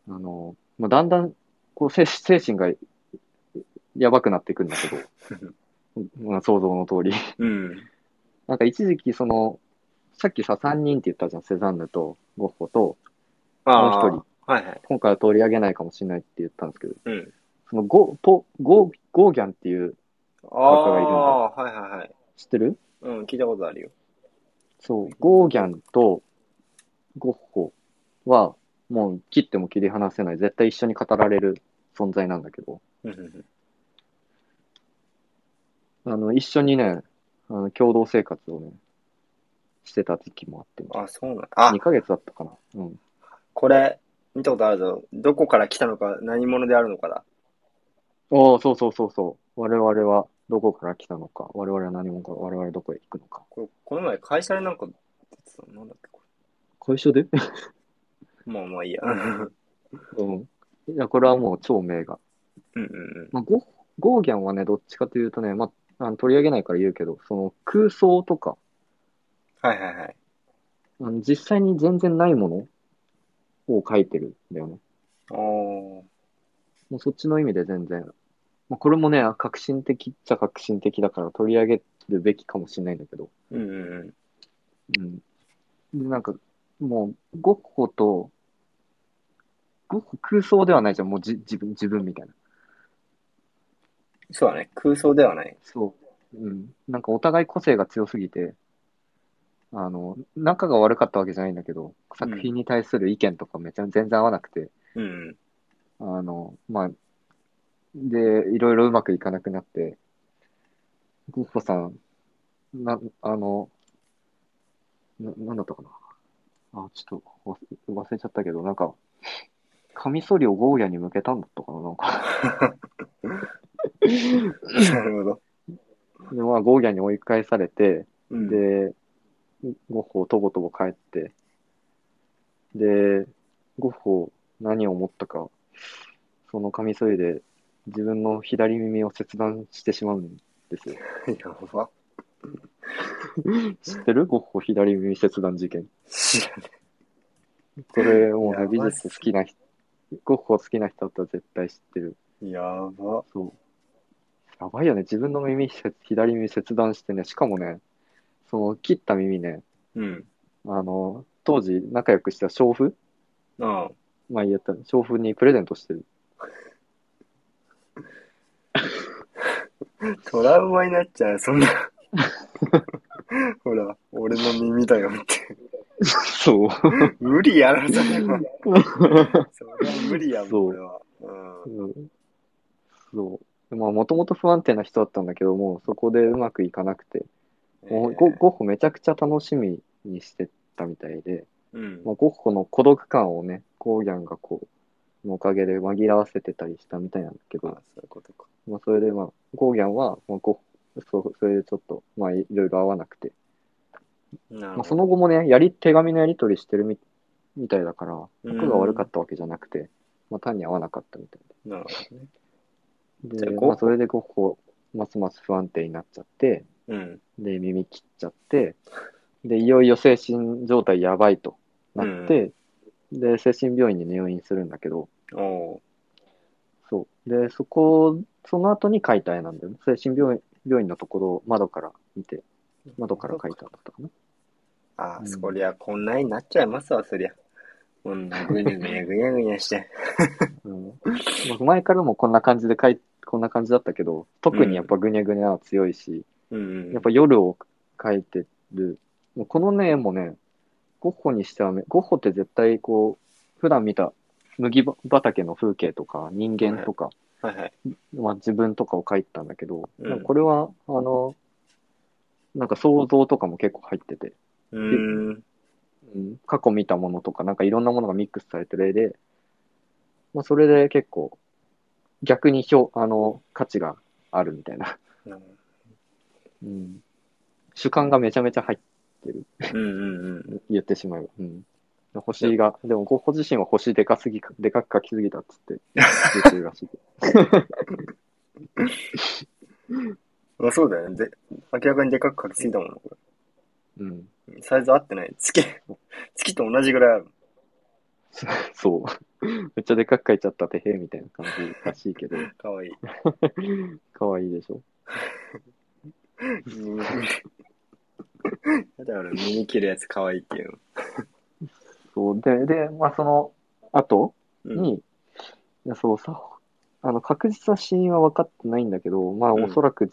あの、まあ、だんだん、こう、精精神がやばくなっていくんだけど、まあ、想像の通り。
うん。
なんか一時期、その、さっきさ、3人って言ったじゃん、セザンヌとゴッホと、
ああ
もう一
人。はいはい。
今回は取り上げないかもしれないって言ったんですけど、
うん。
そのゴ、ポ、ゴ、ゴーギャンっていう、
あ
画家がいるんだ
あー、はいはいはい。
知ってる
うん、聞いたことあるよ。
そう、ゴーギャンとゴッホは、もう切っても切り離せない、絶対一緒に語られる存在なんだけど、
うんうん
あの、一緒にね、あの、共同生活をね、してた時期もあって、
うんあ、そうなんあ
2、ヶ月だったかな。うん。
これ、見たことあるぞ。どこから来たのか、何者であるのかだ。
おお、そうそうそうそう。我々はどこから来たのか、我々は何者か、我々はどこへ行くのか。
これ、この前会社でなんか、なんだっけ、こ
会社で
れ。まあまあいいや。うん
うん。いや、これはもう超名画。
うんうん。
まあ、ゴゴーギャンはね、どっちかというとね、まあ、あの取り上げないから言うけど、その空想とか、
はいはいはい。
あの実際に全然ないものを描いてるんだよね。
おー。
もうそっちの意味で全然。まあ、これもね、革新的っちゃ革新的だから取り上げるべきかもしれないんだけど。
うんうんうん。
うん。で、なんか、もう、ゴッホと、ゴッホ空想ではないじゃん。もうじ自分、自分みたいな。
そうだね。空想ではない。
そう。うん。なんかお互い個性が強すぎて、あの、仲が悪かったわけじゃないんだけど、作品に対する意見とかめちゃ全然合わなくて、
うんうん。
あの、まあ、で、いろいろうまくいかなくなって、ゴッホさん、な、あの、な、なんだったかな。あ、ちょっと忘忘れちゃったけど、なんか、カミソリをゴーヤに向けたんだったかな、なんか。
なるほど。
で、まあ、ゴーヤに追い返されて、
うん、
で、ゴッホとぼとぼ帰って、で、ゴッホ何を思ったか、そのカミソリで自分の左耳を切断してしまうんです よ。
やば。
知ってるゴッホ左耳切断事件。
知らない
これもう
やばい
ね、
っ
美
す
術好きな人、ゴッホ好きな人だったら絶対知ってる。
やば。
そう。やばいよね。自分の耳切、左耳切断してね、しかもね、その切った耳ね、
うん。
あの、当時仲良くした娼婦
ああ。
まあ言った、娼婦にプレゼントしてる。
トラウマになっちゃう、そんな。 ほら、俺の耳だよって。
そう。
無理やろ、それ は。それは無理や
そう
も、
ん
これは。うん。
うんそう。まあ、もともと不安定な人だったんだけども、そこでうまくいかなくて、もうゴゴッホめちゃくちゃ楽しみにしてたみたいで、
うん。
まあ、ゴッホの孤独感をね、ゴーギャンがこう、のおかげで紛らわせてたりしたみたいなんだけ
あ
ど、
そういうことか。
まあ、それでまあ、ゴーギャンは、まあ、ゴッホそうそれでちょっと、まあ、いろいろ合わなくて、
なる
まあ、
ほ
そ
ど。
の後もね、やり、手紙のやり取りしてるみみたいだから、
うん
僕が悪かったわけじゃなくて、まあ、単に合わなかったみたい
なるほどね。
で。
じ
で
ゃあ、ゴッホ
まあ、それでゴッホ、ますます不安定になっちゃって、
うん。
で、耳切っちゃって、で、いよいよ精神状態やばいとなって、で、精神病院に入院するんだけど、
お
そう。で、そこ、その後に描いた絵なんだよね。精神病院病院のところを窓から見て、窓から描いたんだったかな。
お。あ
う
あ、
ん
そりゃ、こんなになっちゃいますわ、そりゃ。うん、ぐにゃぐにゃぐにゃぐにゃして。
うん、僕前からもこんな感じで描い、こんな感じだったけど、特にやっぱぐにゃぐにゃは強いし、
うん。
やっぱ夜を描いてる。もうこのね、絵もね、ゴッホにしてはめ、ゴッホって絶対こう、普段見た麦畑の風景とか人間とか、
はいはい。
まあ、自分とかを描いてたんだけど、
うん
なんかこれは、あの、なんか想像とかも結構入ってて、
うーん。
うん、過去見たものとか、なんかいろんなものがミックスされてる絵で、まあ、それで結構、逆に評あの価値があるみたいな、
なる
うん、主観がめちゃめちゃ入っ
ほどうんうんうん。
言ってしまえば、うん、星が、でもゴッホ自身は星でかすぎか、でかく描きすぎたっつって、言ってるらし い。
まあそうだよね。で、明らかにでかく描きすぎたもんな、こ
うん、
れ。サイズ合ってない。月、 月と同じぐらいある。
そう。めっちゃでかく描いちゃったてへーみたいな感じらしいけど、
かわいい。
可愛いでしょ。
耳だから俺耳切るやつかわいいっていうの。
そうで、で、まあ、その後
うん。
に、いやそうさ、あの確実な死因は分かってないんだけど、まあ、
うん
おそらく、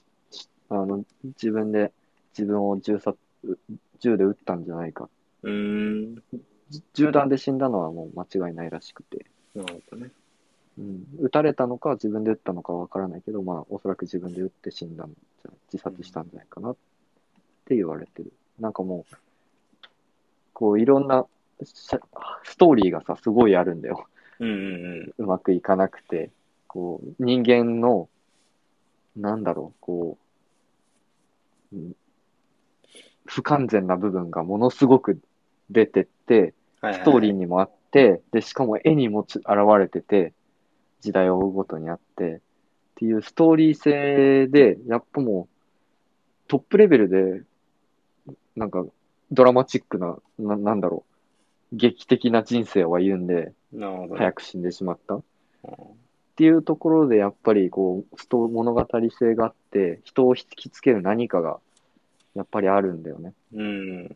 あの自分で自分を銃殺銃で撃ったんじゃないか。
うーん。な
じ銃弾で死んだのはもう間違いないらしくて、
るほどね。
うん、撃たれたのか自分で撃ったのかは分からないけど、まあ、おそらく自分で撃って死んだんじゃ自殺したんじゃないかなって言われてる。なんかもう、こういろんなしゃストーリーがさ、すごいあるんだよ。
うんうん
うまくいかなくて、こう、人間の、なんだろう、こう、うん不完全な部分がものすごく出てって、
うん。
ストーリー
ー。
にもあって、で、しかも絵にもち現れてて、時代を追うごとにあって、っていうストーリー性で、やっぱもう、トップレベルで、なんか、ドラマチックな、ななんだろう、劇的な人生を歩んで、
なるほどね。
早く死んでしまった。っていうところでやっぱりこうスト物語性があって人を引きつける何かがやっぱりあるんだよね。
うん。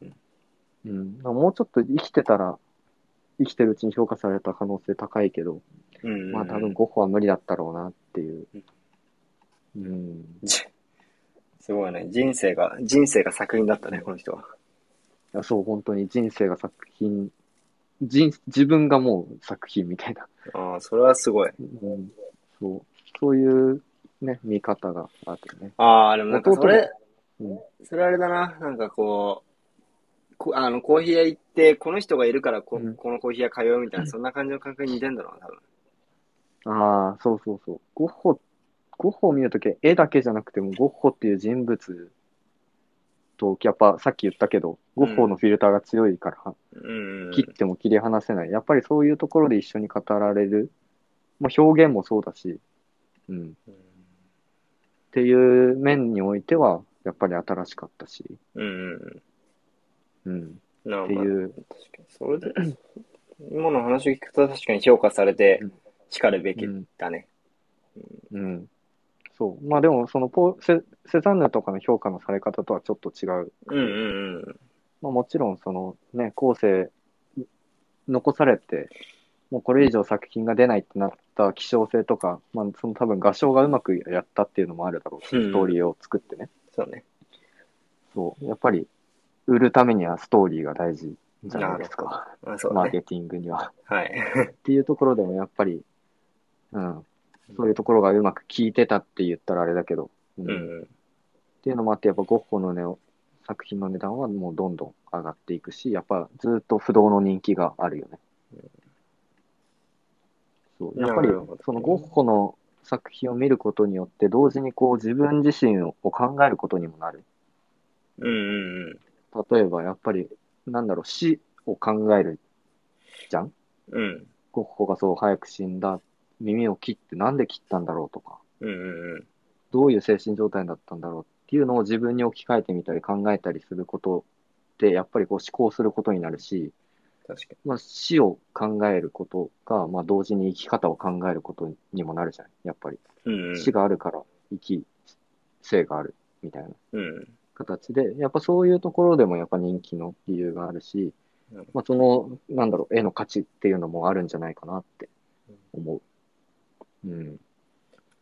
うん、もうちょっと生きてたら生きてるうちに評価された可能性高いけど、
うん。
まあ多分ゴッホは無理だったろうなっていう。うん、
すごいね。人生が、人生が作品だったね、この人は。
あそう本当に人生が作品人自分がもう作品みたいな、
ああ、それはすごい。
うん、そうそういう、ね、見方があってね。
ああ、でもなんかそれ、
弟も
それあれだな、なんかこう、こあの、コーヒー屋行って、この人がいるからこ、
うん
このコーヒー屋通うみたいな、そんな感じの感覚に似てんだろうな、多分。
ああ、そうそうそう。ゴッホ、ゴッホを見るときは絵だけじゃなくても、ゴッホっていう人物と、やっぱさっき言ったけど、ゴッホのフィルターが強いから、
うんうん。
切っても切り離せない。やっぱりそういうところで一緒に語られる。まあ、表現もそうだし、うん。っていう面においては、やっぱり新しかったし、
うんうん。
うん。
な
って
んか、
いう、
確かにそれで、 今の話を聞くと確かに評価されて
うん、
しかるべき
うん
だね。
うん。そう。まあでも、そのポセ、セザンヌとかの評価のされ方とはちょっと違う。
うんうんうん。
まあ、もちろんそのね後世残されてもうこれ以上作品が出ないってなった希少性とか、まあ、その多分合唱がうまくやったっていうのもあるだろうし、
うん
ストーリーを作ってね。
そうね。
そう。やっぱり、売るためにはストーリーが大事じゃないです
な
か。
あそう
マ
だ
ー
ね。
ケティングには。
はい。
っていうところでもやっぱり、うん。そういうところがうまく効いてたって言ったらあれだけど、う
う
っ
んん。
ていうのもあって、やっぱゴッホのね、作品の値段はもうどんどん上がっていくし、やっぱずっと不動の人気があるよね。そうやっぱり
なるほど
そのゴッホの作品を見ることによって、同時にこう自分自身を考えることにもなる。
うんうんうん。
例えばやっぱり、なんだろう、死を考えるじゃん
うん。
ゴッホがそう早く死んだ、耳を切ってなんで切ったんだろうとか、
うんうんうん。
どういう精神状態だったんだろうっていうのを自分に置き換えてみたり考えたりすることで、やっぱりこう思考することになるし、
確か
まあ、死を考えることが、まあ、同時に生き方を考えることにもなるじゃん、やっぱり。
に。うんうん。
死があるから生き、生があるみたいな
うん。
形で、やっぱそういうところでもやっぱ人気の理由があるし
うん、
まあ、その、なんだろう、絵の価値っていうのもあるんじゃないかなって思う。うん。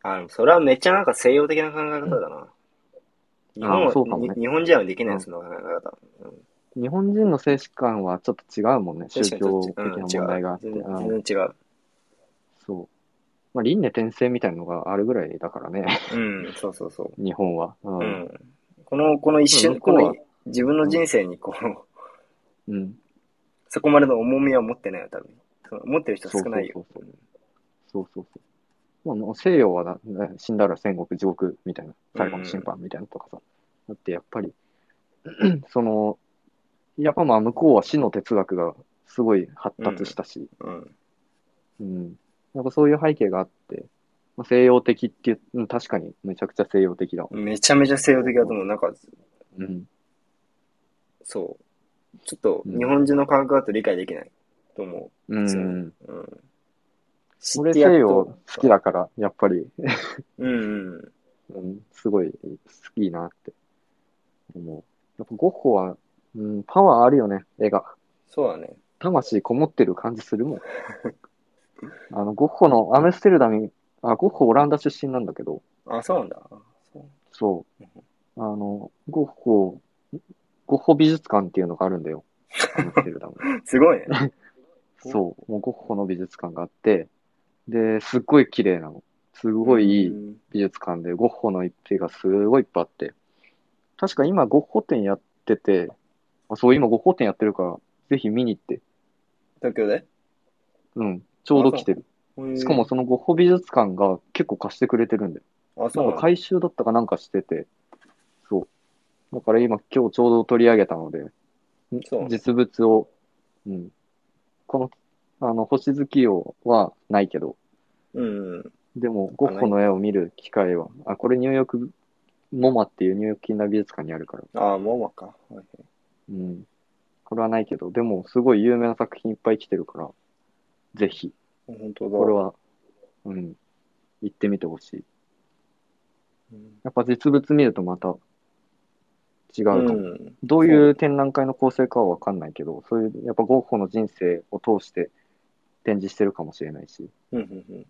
あの、それはめっちゃなんか西洋的な考え方だな。日本は
そうかもね
に日本人はできないその考え方。
日本人の精神観はちょっと違うもんね、宗
確かに
教的な
うん
問題があって。
違う
うん
全然違う。
そう。まあ、輪廻転生みたいなのがあるぐらいだからね、
うん、そうそうそう。
日本は。うん。
うんこの、この一
う
瞬、
ん向
こ
こう
の
は
自分の人生にこう、
うん
そこまでの重みは持ってないよ、多分。その持ってる人少ないよ。
そうそうそうそうそう。まあ、もう西洋はなね死んだら戦国、地獄みたいな、最後の審判みたいなのとかさ。だってやっぱり、 その、やっぱまあ向こうは死の哲学がすごい発達したし、
うん。
うんなんかそういう背景があって、まあ、西洋的っていう、うん確かにめちゃくちゃ西洋的だわ。
めちゃめちゃ西洋的だと思う。なんか、
うん、
そう。ちょっと
うん
日本人の感覚だと理解できないと思
う。
そうんう。うん。知
俺西洋好きだから、やっぱり、
うんうん。
うん、すごい好きなって思う。やっぱゴッホは、うん、パワーあるよね、絵が。
そうだね。
魂こもってる感じするもん。あの、ゴッホのアムステルダム、あ、ゴッホオランダ出身なんだけど、
あ、そうなんだ。あそう
そう。あの、ゴッホ、ゴッホ美術館っていうのがあるんだよ。アムステルダム。
すごいね。
そう。もうゴッホの美術館があって、で、すっごい綺麗なの。すごいいい
うん
美術館で、ゴッホの一品がすごいいっぱいあって、確か今ゴッホ展やってて、あそう、今ゴッホ展やってるから、ぜひ見に行って。
東京で
うん。ちょうど来てる。しかも、そのゴッホ美術館が結構貸してくれてるんだよ。
あ、そう
な
な
んか
んだ。
改修だったかなんかしてて、そう。だから今今日ちょうど取り上げたので、ん
そう
実物を、うん。この、あの、星月夜はないけど、
うんうん。
でも、ゴッホの絵を見る機会は、あ、これニューヨーク、モマっていうニューヨーク近代美術館にあるから、
ああ、モマか。はいはい
うん。これはないけど、でも、すごい有名な作品いっぱい来てるから、ぜひ、
本当だ。
これは、うん、行ってみてほしい。
うん
やっぱ実物見るとまた違うかも。
うん。
どういう展覧会の構成かは分かんないけど、そういう、やっぱゴッホの人生を通して展示してるかもしれないし、
うんうん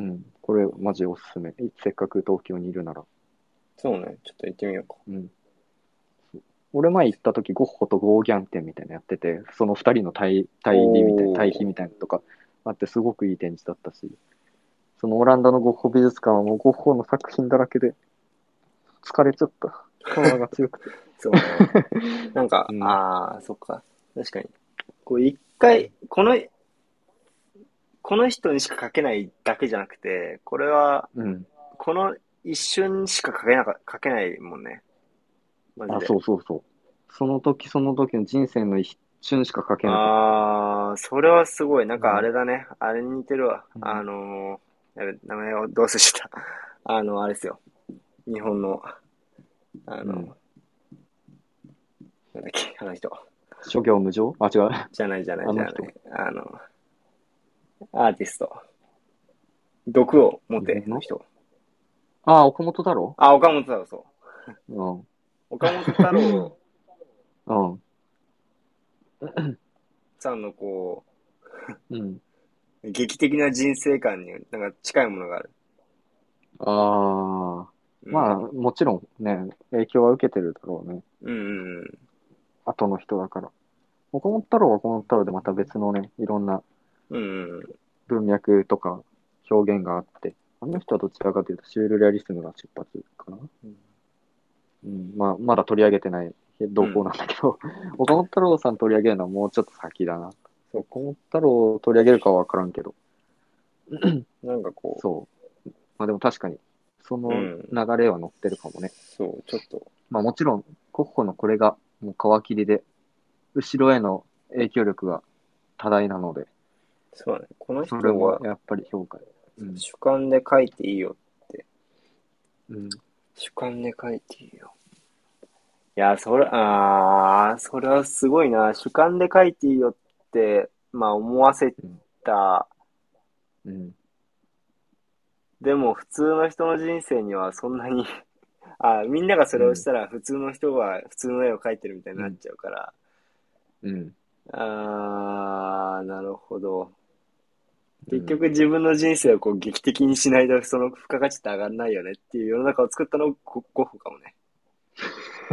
う
ん。
ん、これマジおすすめ。いせっかく東京にいるなら。
そうね。ちょっと行ってみようか。
うん、俺前行った時ゴッホとゴーギャン展みたいなのやっててその2人の対対立みたい
お
な
ー
対比みたいなのとかあってすごくいい展示だったしそのオランダのゴッホ美術館はもうゴッホの作品だらけで疲れちゃったパワーが強くて
そう ね。なんか、
うん
ああ、そっか。確かに。こう、一回、この、この人にしか描けないだけじゃなくて、これは、
うん
この一瞬しか描けなか、描けないもんね。マジ
あ
で。
そうそうそうその時その時の人生の一瞬しか描けな
ああ、それはすごい。なんかあれだね。あれに似てるわ
う。ん
あのー、やべ、名前をどうせした。 あの、あれですよ。日本の、あの、
うん
なんだっけ、あの人。
い諸行無常あ違う
じゃないじゃない
あ
じゃ
の
ない
人。
あの、アーティスト。毒を持ての人。
あ岡本太郎
あ、岡本太郎、そう。
うん
岡本太郎
うん
さんのこう、
うん
劇的な人生観に、なんか近いものがある。
ああ、
うん
まあ、もちろんね、影響は受けてるだろうね。
うんうんうん。
後の人だから。岡本太郎は岡本太郎でまた別のね、いろんな
うんうん。
文脈とか表現があって、あの人はどちらかというとシュールレアリスムが出発かな。うん、まあ、まだ取り上げてない動向なんだけど、 岡本太郎さん取り上げるのはもうちょっと先だな。そう岡本太郎を取り上げるかは分からんけど、
なんかこう、
そう。まあでも確かに、その
うん
流れは乗ってるかもね。
そう、ちょっと、
まあもちろん、国保のこれがもう皮切りで、後ろへの影響力が多大なので、
そうだね。この人
それ
は
もやっぱり評価。うん
主観で書いていいよ。
うん、
主観で書いていいよ。いや、それ、あー、それはすごいな。主観で書いていいよって、まあ思わせた。
うん、
でも普通の人の人生にはそんなに あ、みんながそれをしたら普通の人は普通の絵を描いてるみたいになっちゃうから。
うん。
あー、なるほど。結局自分の人生をこう劇的にしないとその付加価値って上がらないよねっていう世の中を作ったのがゴゴッホかもね。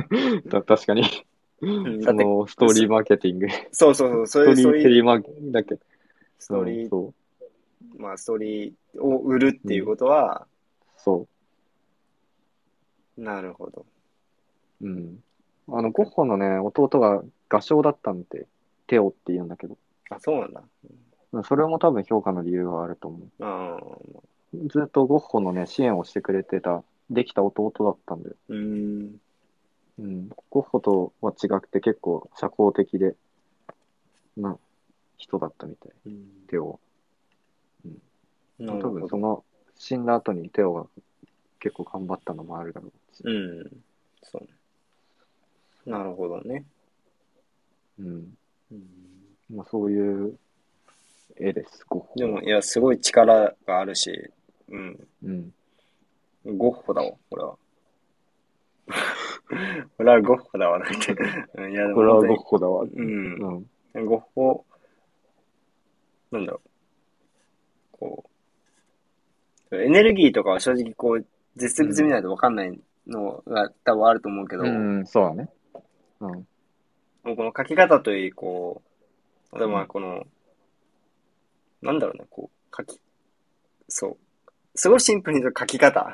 うん、た確かに、
ん だ
そ
って
のストーリーマーケティング、ス
そうそうそ
トー
う、そういう、
リ
そう
ーテ
いう
リーマーケティングだっけ
ストーリ
うん
ー、
そう、
まあストーリーを売るっていうことは、
そ
なるほど。
う。うん。あの、ゴッホのね、弟が画商だったんで、テオって言うんだけど、
あ、そうなんだ。
それも多分評価の理由があると思う。
あ
ずっとゴッホのね、支援をしてくれてた、できた弟だったんで、
ーうん。
うん、ゴッホとは違くて結構社交的で、な、人だったみたい、テオは。
なる
多
ほ
分
ど
そ。の、死んだ後にテオが結構頑張ったのもあるだろうし。
うん。そうね。なるほどね。
うん。まあそういう絵です、ゴッホ。
でも、いや、すごい力があるし、うん。
うん。
ゴッホだわ、これは。 これはゴッホだわ、なんて。うんいや、で
これは
も
ゴッ
本
ホだわ。
当に、
う
う
ん。
ん。ゴッホ、なんだろう。こう、エネルギーとかは正直こう、実物見ないとわかんないのが多分あると思うけど、
うん、そうだね。うん。
もうこの書き方といい、こう、でもまあこの、なんだろうね、こう、書き、そう。すごいシンプルに言うと書き方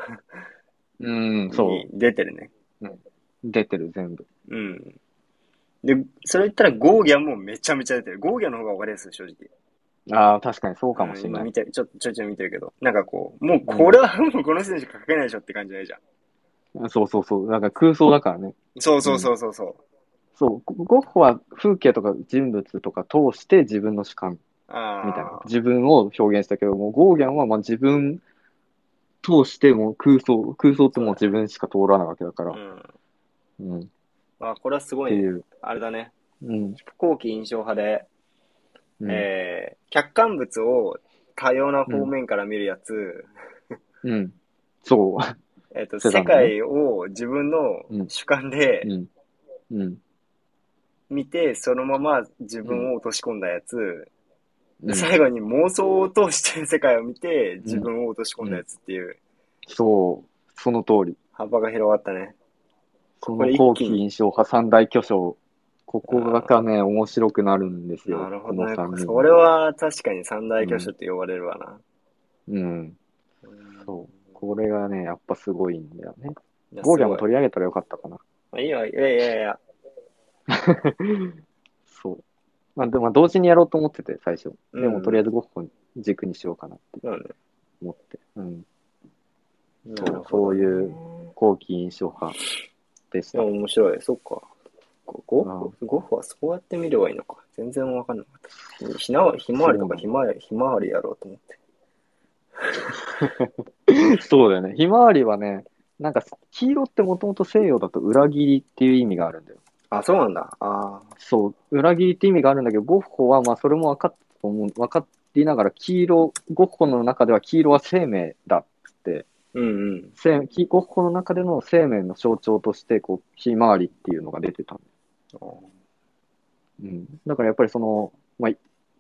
うん、そう。
に出てるね。
出てる、全部。
うん。で、それ言ったらゴーギャンもめちゃめちゃ出てる。ゴーギャンの方が分かりやすい、正直。
ああ、確かにそうかもしれ
うん
ない
今見。て、ちょっとちょいちょい見てるけど。なんかこう、もうこれはもうこの選手書けないでしょって感じないじゃん。
そうそうそう。なんか空想だからね。
そうそうそうそうそう。
そう。ゴゴッホは風景とか人物とか通して自分の主観
ああ。
みたいな。自分を表現したけども、ゴーギャンはまあ自分通してもう空想、空想ってもう自分しか通らないわけだから。
うん。
うん。っ
あ、これはすご
て
いね、
いう。
あれだね。
うん。
後期印象派で、
うん。
えー、客観物を多様な方面から見るやつ、
うん。そう。
えっと、
セザ
世
ンヌね
界を自分の主観で
うん。うん。
見て、そのまま自分を落とし込んだやつ、
うん
最後に妄想を通して世界を見て自分を落とし込んだやつっていう
そう。その通り。
幅が広がったね。
こ
これ
の
一
後
気
期
に
印象派三大巨匠。ここがね、面白くなるんですよ。
なるほどね
この三。人
それは確かに三大巨匠って呼ばれるわな。。
うん。そうこれがね、やっぱすごいんだよね。
いや
ゴーギャンも
すごい
取り上げたらよかったかな。
いいよ、いやいやいや。
そう。まあ、でもまあ同時にやろうと思ってて、最初。
うん
でも、とりあえずゴッホ軸にしようかなって
そうね
思って。うん。
なるほど
そういう。後期印象派でし
い
た
や、。面白い。そっか。ゴゴッホ
あ、
ゴッホはそうやって見ればいいのか。全然わかんなかった。ひなわ、ひまわりとかひまわり、ひまわりやろうと思って。
そうだよね。ひまわりはね、なんか、黄色ってもともと西洋だと裏切りっていう意味があるんだよ。
あ、そうなんだ。あ
そう、裏切りって意味があるんだけど、ゴッホはまあそれも分かってたと思う分かりながら、黄色、ゴッホの中では黄色は生命だっつって、
ーうんうん。
生きゴッホの中での生命の象徴として、こう、ひまわりっていうのが出てた。
あー
うん、だからやっぱりその、まあ、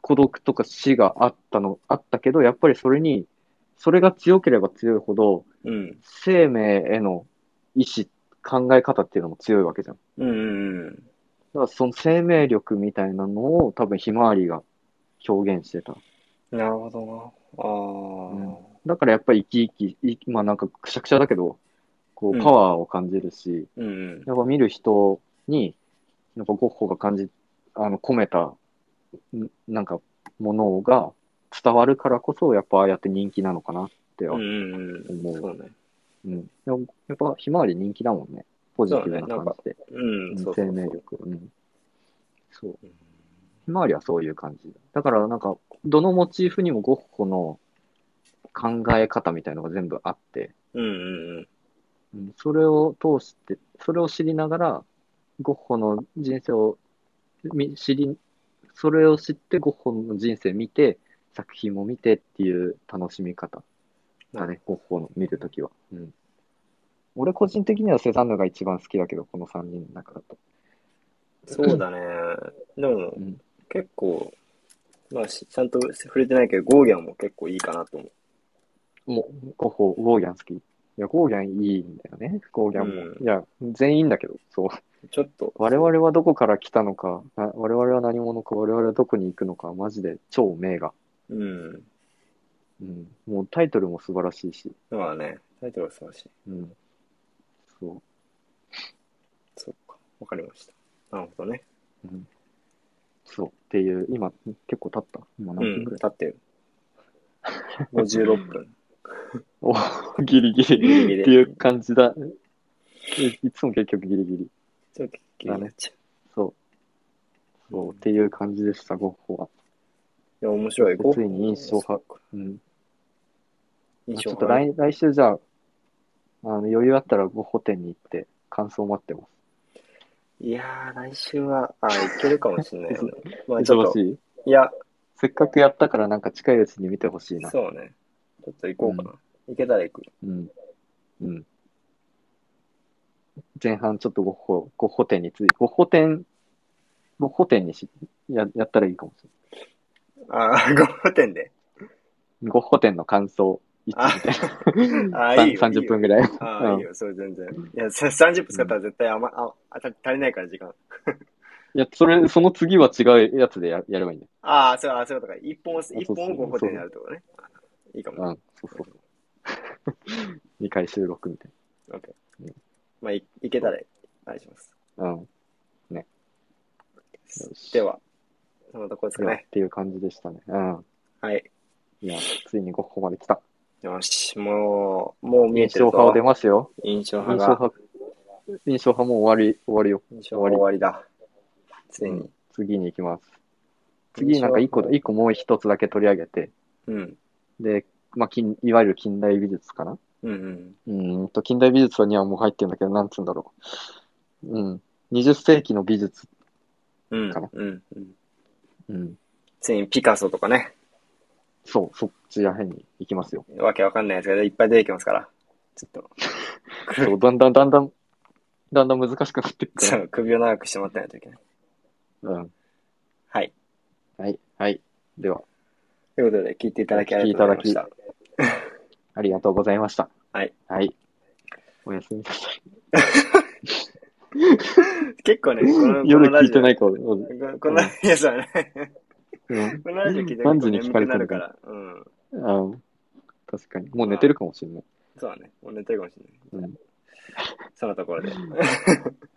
孤独とか死があったの、あったけど、やっぱりそれに、それが強ければ強いほど、
うん。
生命への意志、考え方っていうのも強いわけじゃん。だ
うんうんうん。
からその生命力みたいなのを多分ひまわりが表現してた。
なるほどな。ああ。
だからやっぱり生き生き、いまあなんかくしゃくしゃだけど、こ
う
うんパワーを感じるし、
うんうん。
やっぱ見る人に、やっぱゴッホが感じ、あの、込めた、んなんか、ものが伝わるからこそ、やっぱああやって人気なのかなって
う
思
ん
う。
うんうん。そうね。
うん。でもやっぱ、ひまわり人気だもんね。ポジティブな感じで。
うん、そうそ
生
う
命
そう。
力。うん。そう。
うん
ひまわりはそういう感じ。だから、なんか、どのモチーフにもゴッホの考え方みたいのが全部あって、
うんうん
うんそれを通して、それを知りながら、ゴッホの人生をみ知り、それを知ってゴッホの人生見て、作品も見てっていう楽しみ方だね、ゴッホの見るときは。うん。俺個人的にはセザンヌが一番好きだけど、この3人の中だと。
そ うだね。でも
うん、
結構、まあ、しちゃんと触れてないけど、ゴーギャンも結構いいかなと思う。
もう、ゴッホ、ゴーギャン好き。いや、ゴーギャンいいんだよね、ゴーギャンも。
うん
いや、全員だけど、そう。
ちょっと、
我々はどこから来たのか、な我々は何者か、我々はどこに行くのか、マジで超名画。
うん。
うん、もうタイトルも素晴らしいし、
まあね、タイトルは素晴らしい。
うん、そ
そうか。わかりました。なるほどね。
う、うん、そうっていう、今結構経った今
う
何分
ん、
ぐらい、
立ってる。56分。
おギリギリ
ギリギリ
っていう感じだ。いつも結局ギリギリ。
ちょっと気になっちゃ
そう。
う。
そうう、
ん
っ
い
ていう感じでした、ゴッホは。
や、面白い。ゴッ
ついに印象派
そうか
うん、まあ
印
ち
象
ょっと
派ね。
来来週じゃあ、あの余裕あったらゴッホ展に行って感想待ってます。
いやー、来週は、あ、いけるかもしれないよ ね。まあ、ちょ
忙
っと
し、い
いや、
せっかくやったからなんか近いうちに見てほしいな。
そうね。ちょっと行こうかな。行けたら行く。
うん。うん。前半ちょっとゴッホ、ゴッホ展について、ゴッホ展、ゴッホ展にしややったらいいかもしれ
ああ、 ゴッホ店で。
ない。ゴッホ展の感想、いつ
あ
みたいな。
あ
さん
いいよ
30分ぐらい。
ああ、
うん
いいよ、それ全然。いや、さ30分使ったら絶対あま、あ、あた足りないから時間。
いや、それ、その次は違うやつでややればいいんだよ。
ああ、そう、あそういうことか。一本を、
そう
一本をゴッホ店でやるってことね。いいかも。
うん、そうそうそう。2回収録みたい
オッケ
う
ー。まあ、い行けたら、お願いします。
な。うん。よし
では、そのとこですか
いやっ
ね。
ていう感じでしたね。うん。
はい。
いや、ついにゴッホまで来た。
よし、もう、もう見え
印
てる
象派は
ぞ
出。ますよ。
印象
印象
派が。
派、印象派もう終わり、終わりよ。
印象派終わりだ。ついに。
次に行きます。次なんか一個、
印象派
一個もう一つだけ取り上げて、
うん。
で、まあ、近いわゆる近代美術かな
うんうん。
うーんと、近代美術にはもう入ってるんだけど、なんつうんだろう。うん。20世紀の美術。
うん
かな。
うん。うん
うん。
ついにピカソとかね。
そう、そっちらへんに行きますよ。
わけわかんないやつがいっぱい出てきますから。ちょっ
そう、だんだんだんだん、だんだん難しくなってい
と、
く
そ
か
う 首を長くしてもらってないといけない。
ら。うん。
はい。
はい、はい。では、
ということで、聞いていただきありがとうございました。
ありがとうございました。
はい。
はい。おやすみなさい。
結構ね、この
夜聞いてないいかも。
この、
うん
いや、そうだね。
うん。
このラジオ聞いて
何時に聞
眠
か
く
れて
な
る
る
のか
から。うん。
あ確かに。もう寝てるかもしれない。
そうだね。もう寝てるかもしれない。
うん
そのところで。
は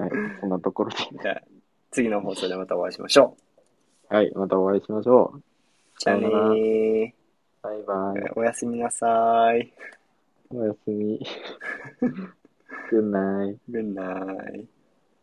い、そんなところで。
じゃあ、次の放送でまたお会いしましょう。
はい、またお会いしましょう。
じゃあね
さような
ー。
バイバイ。
おやすみなさい。
おやすみ。Good night.
Good night.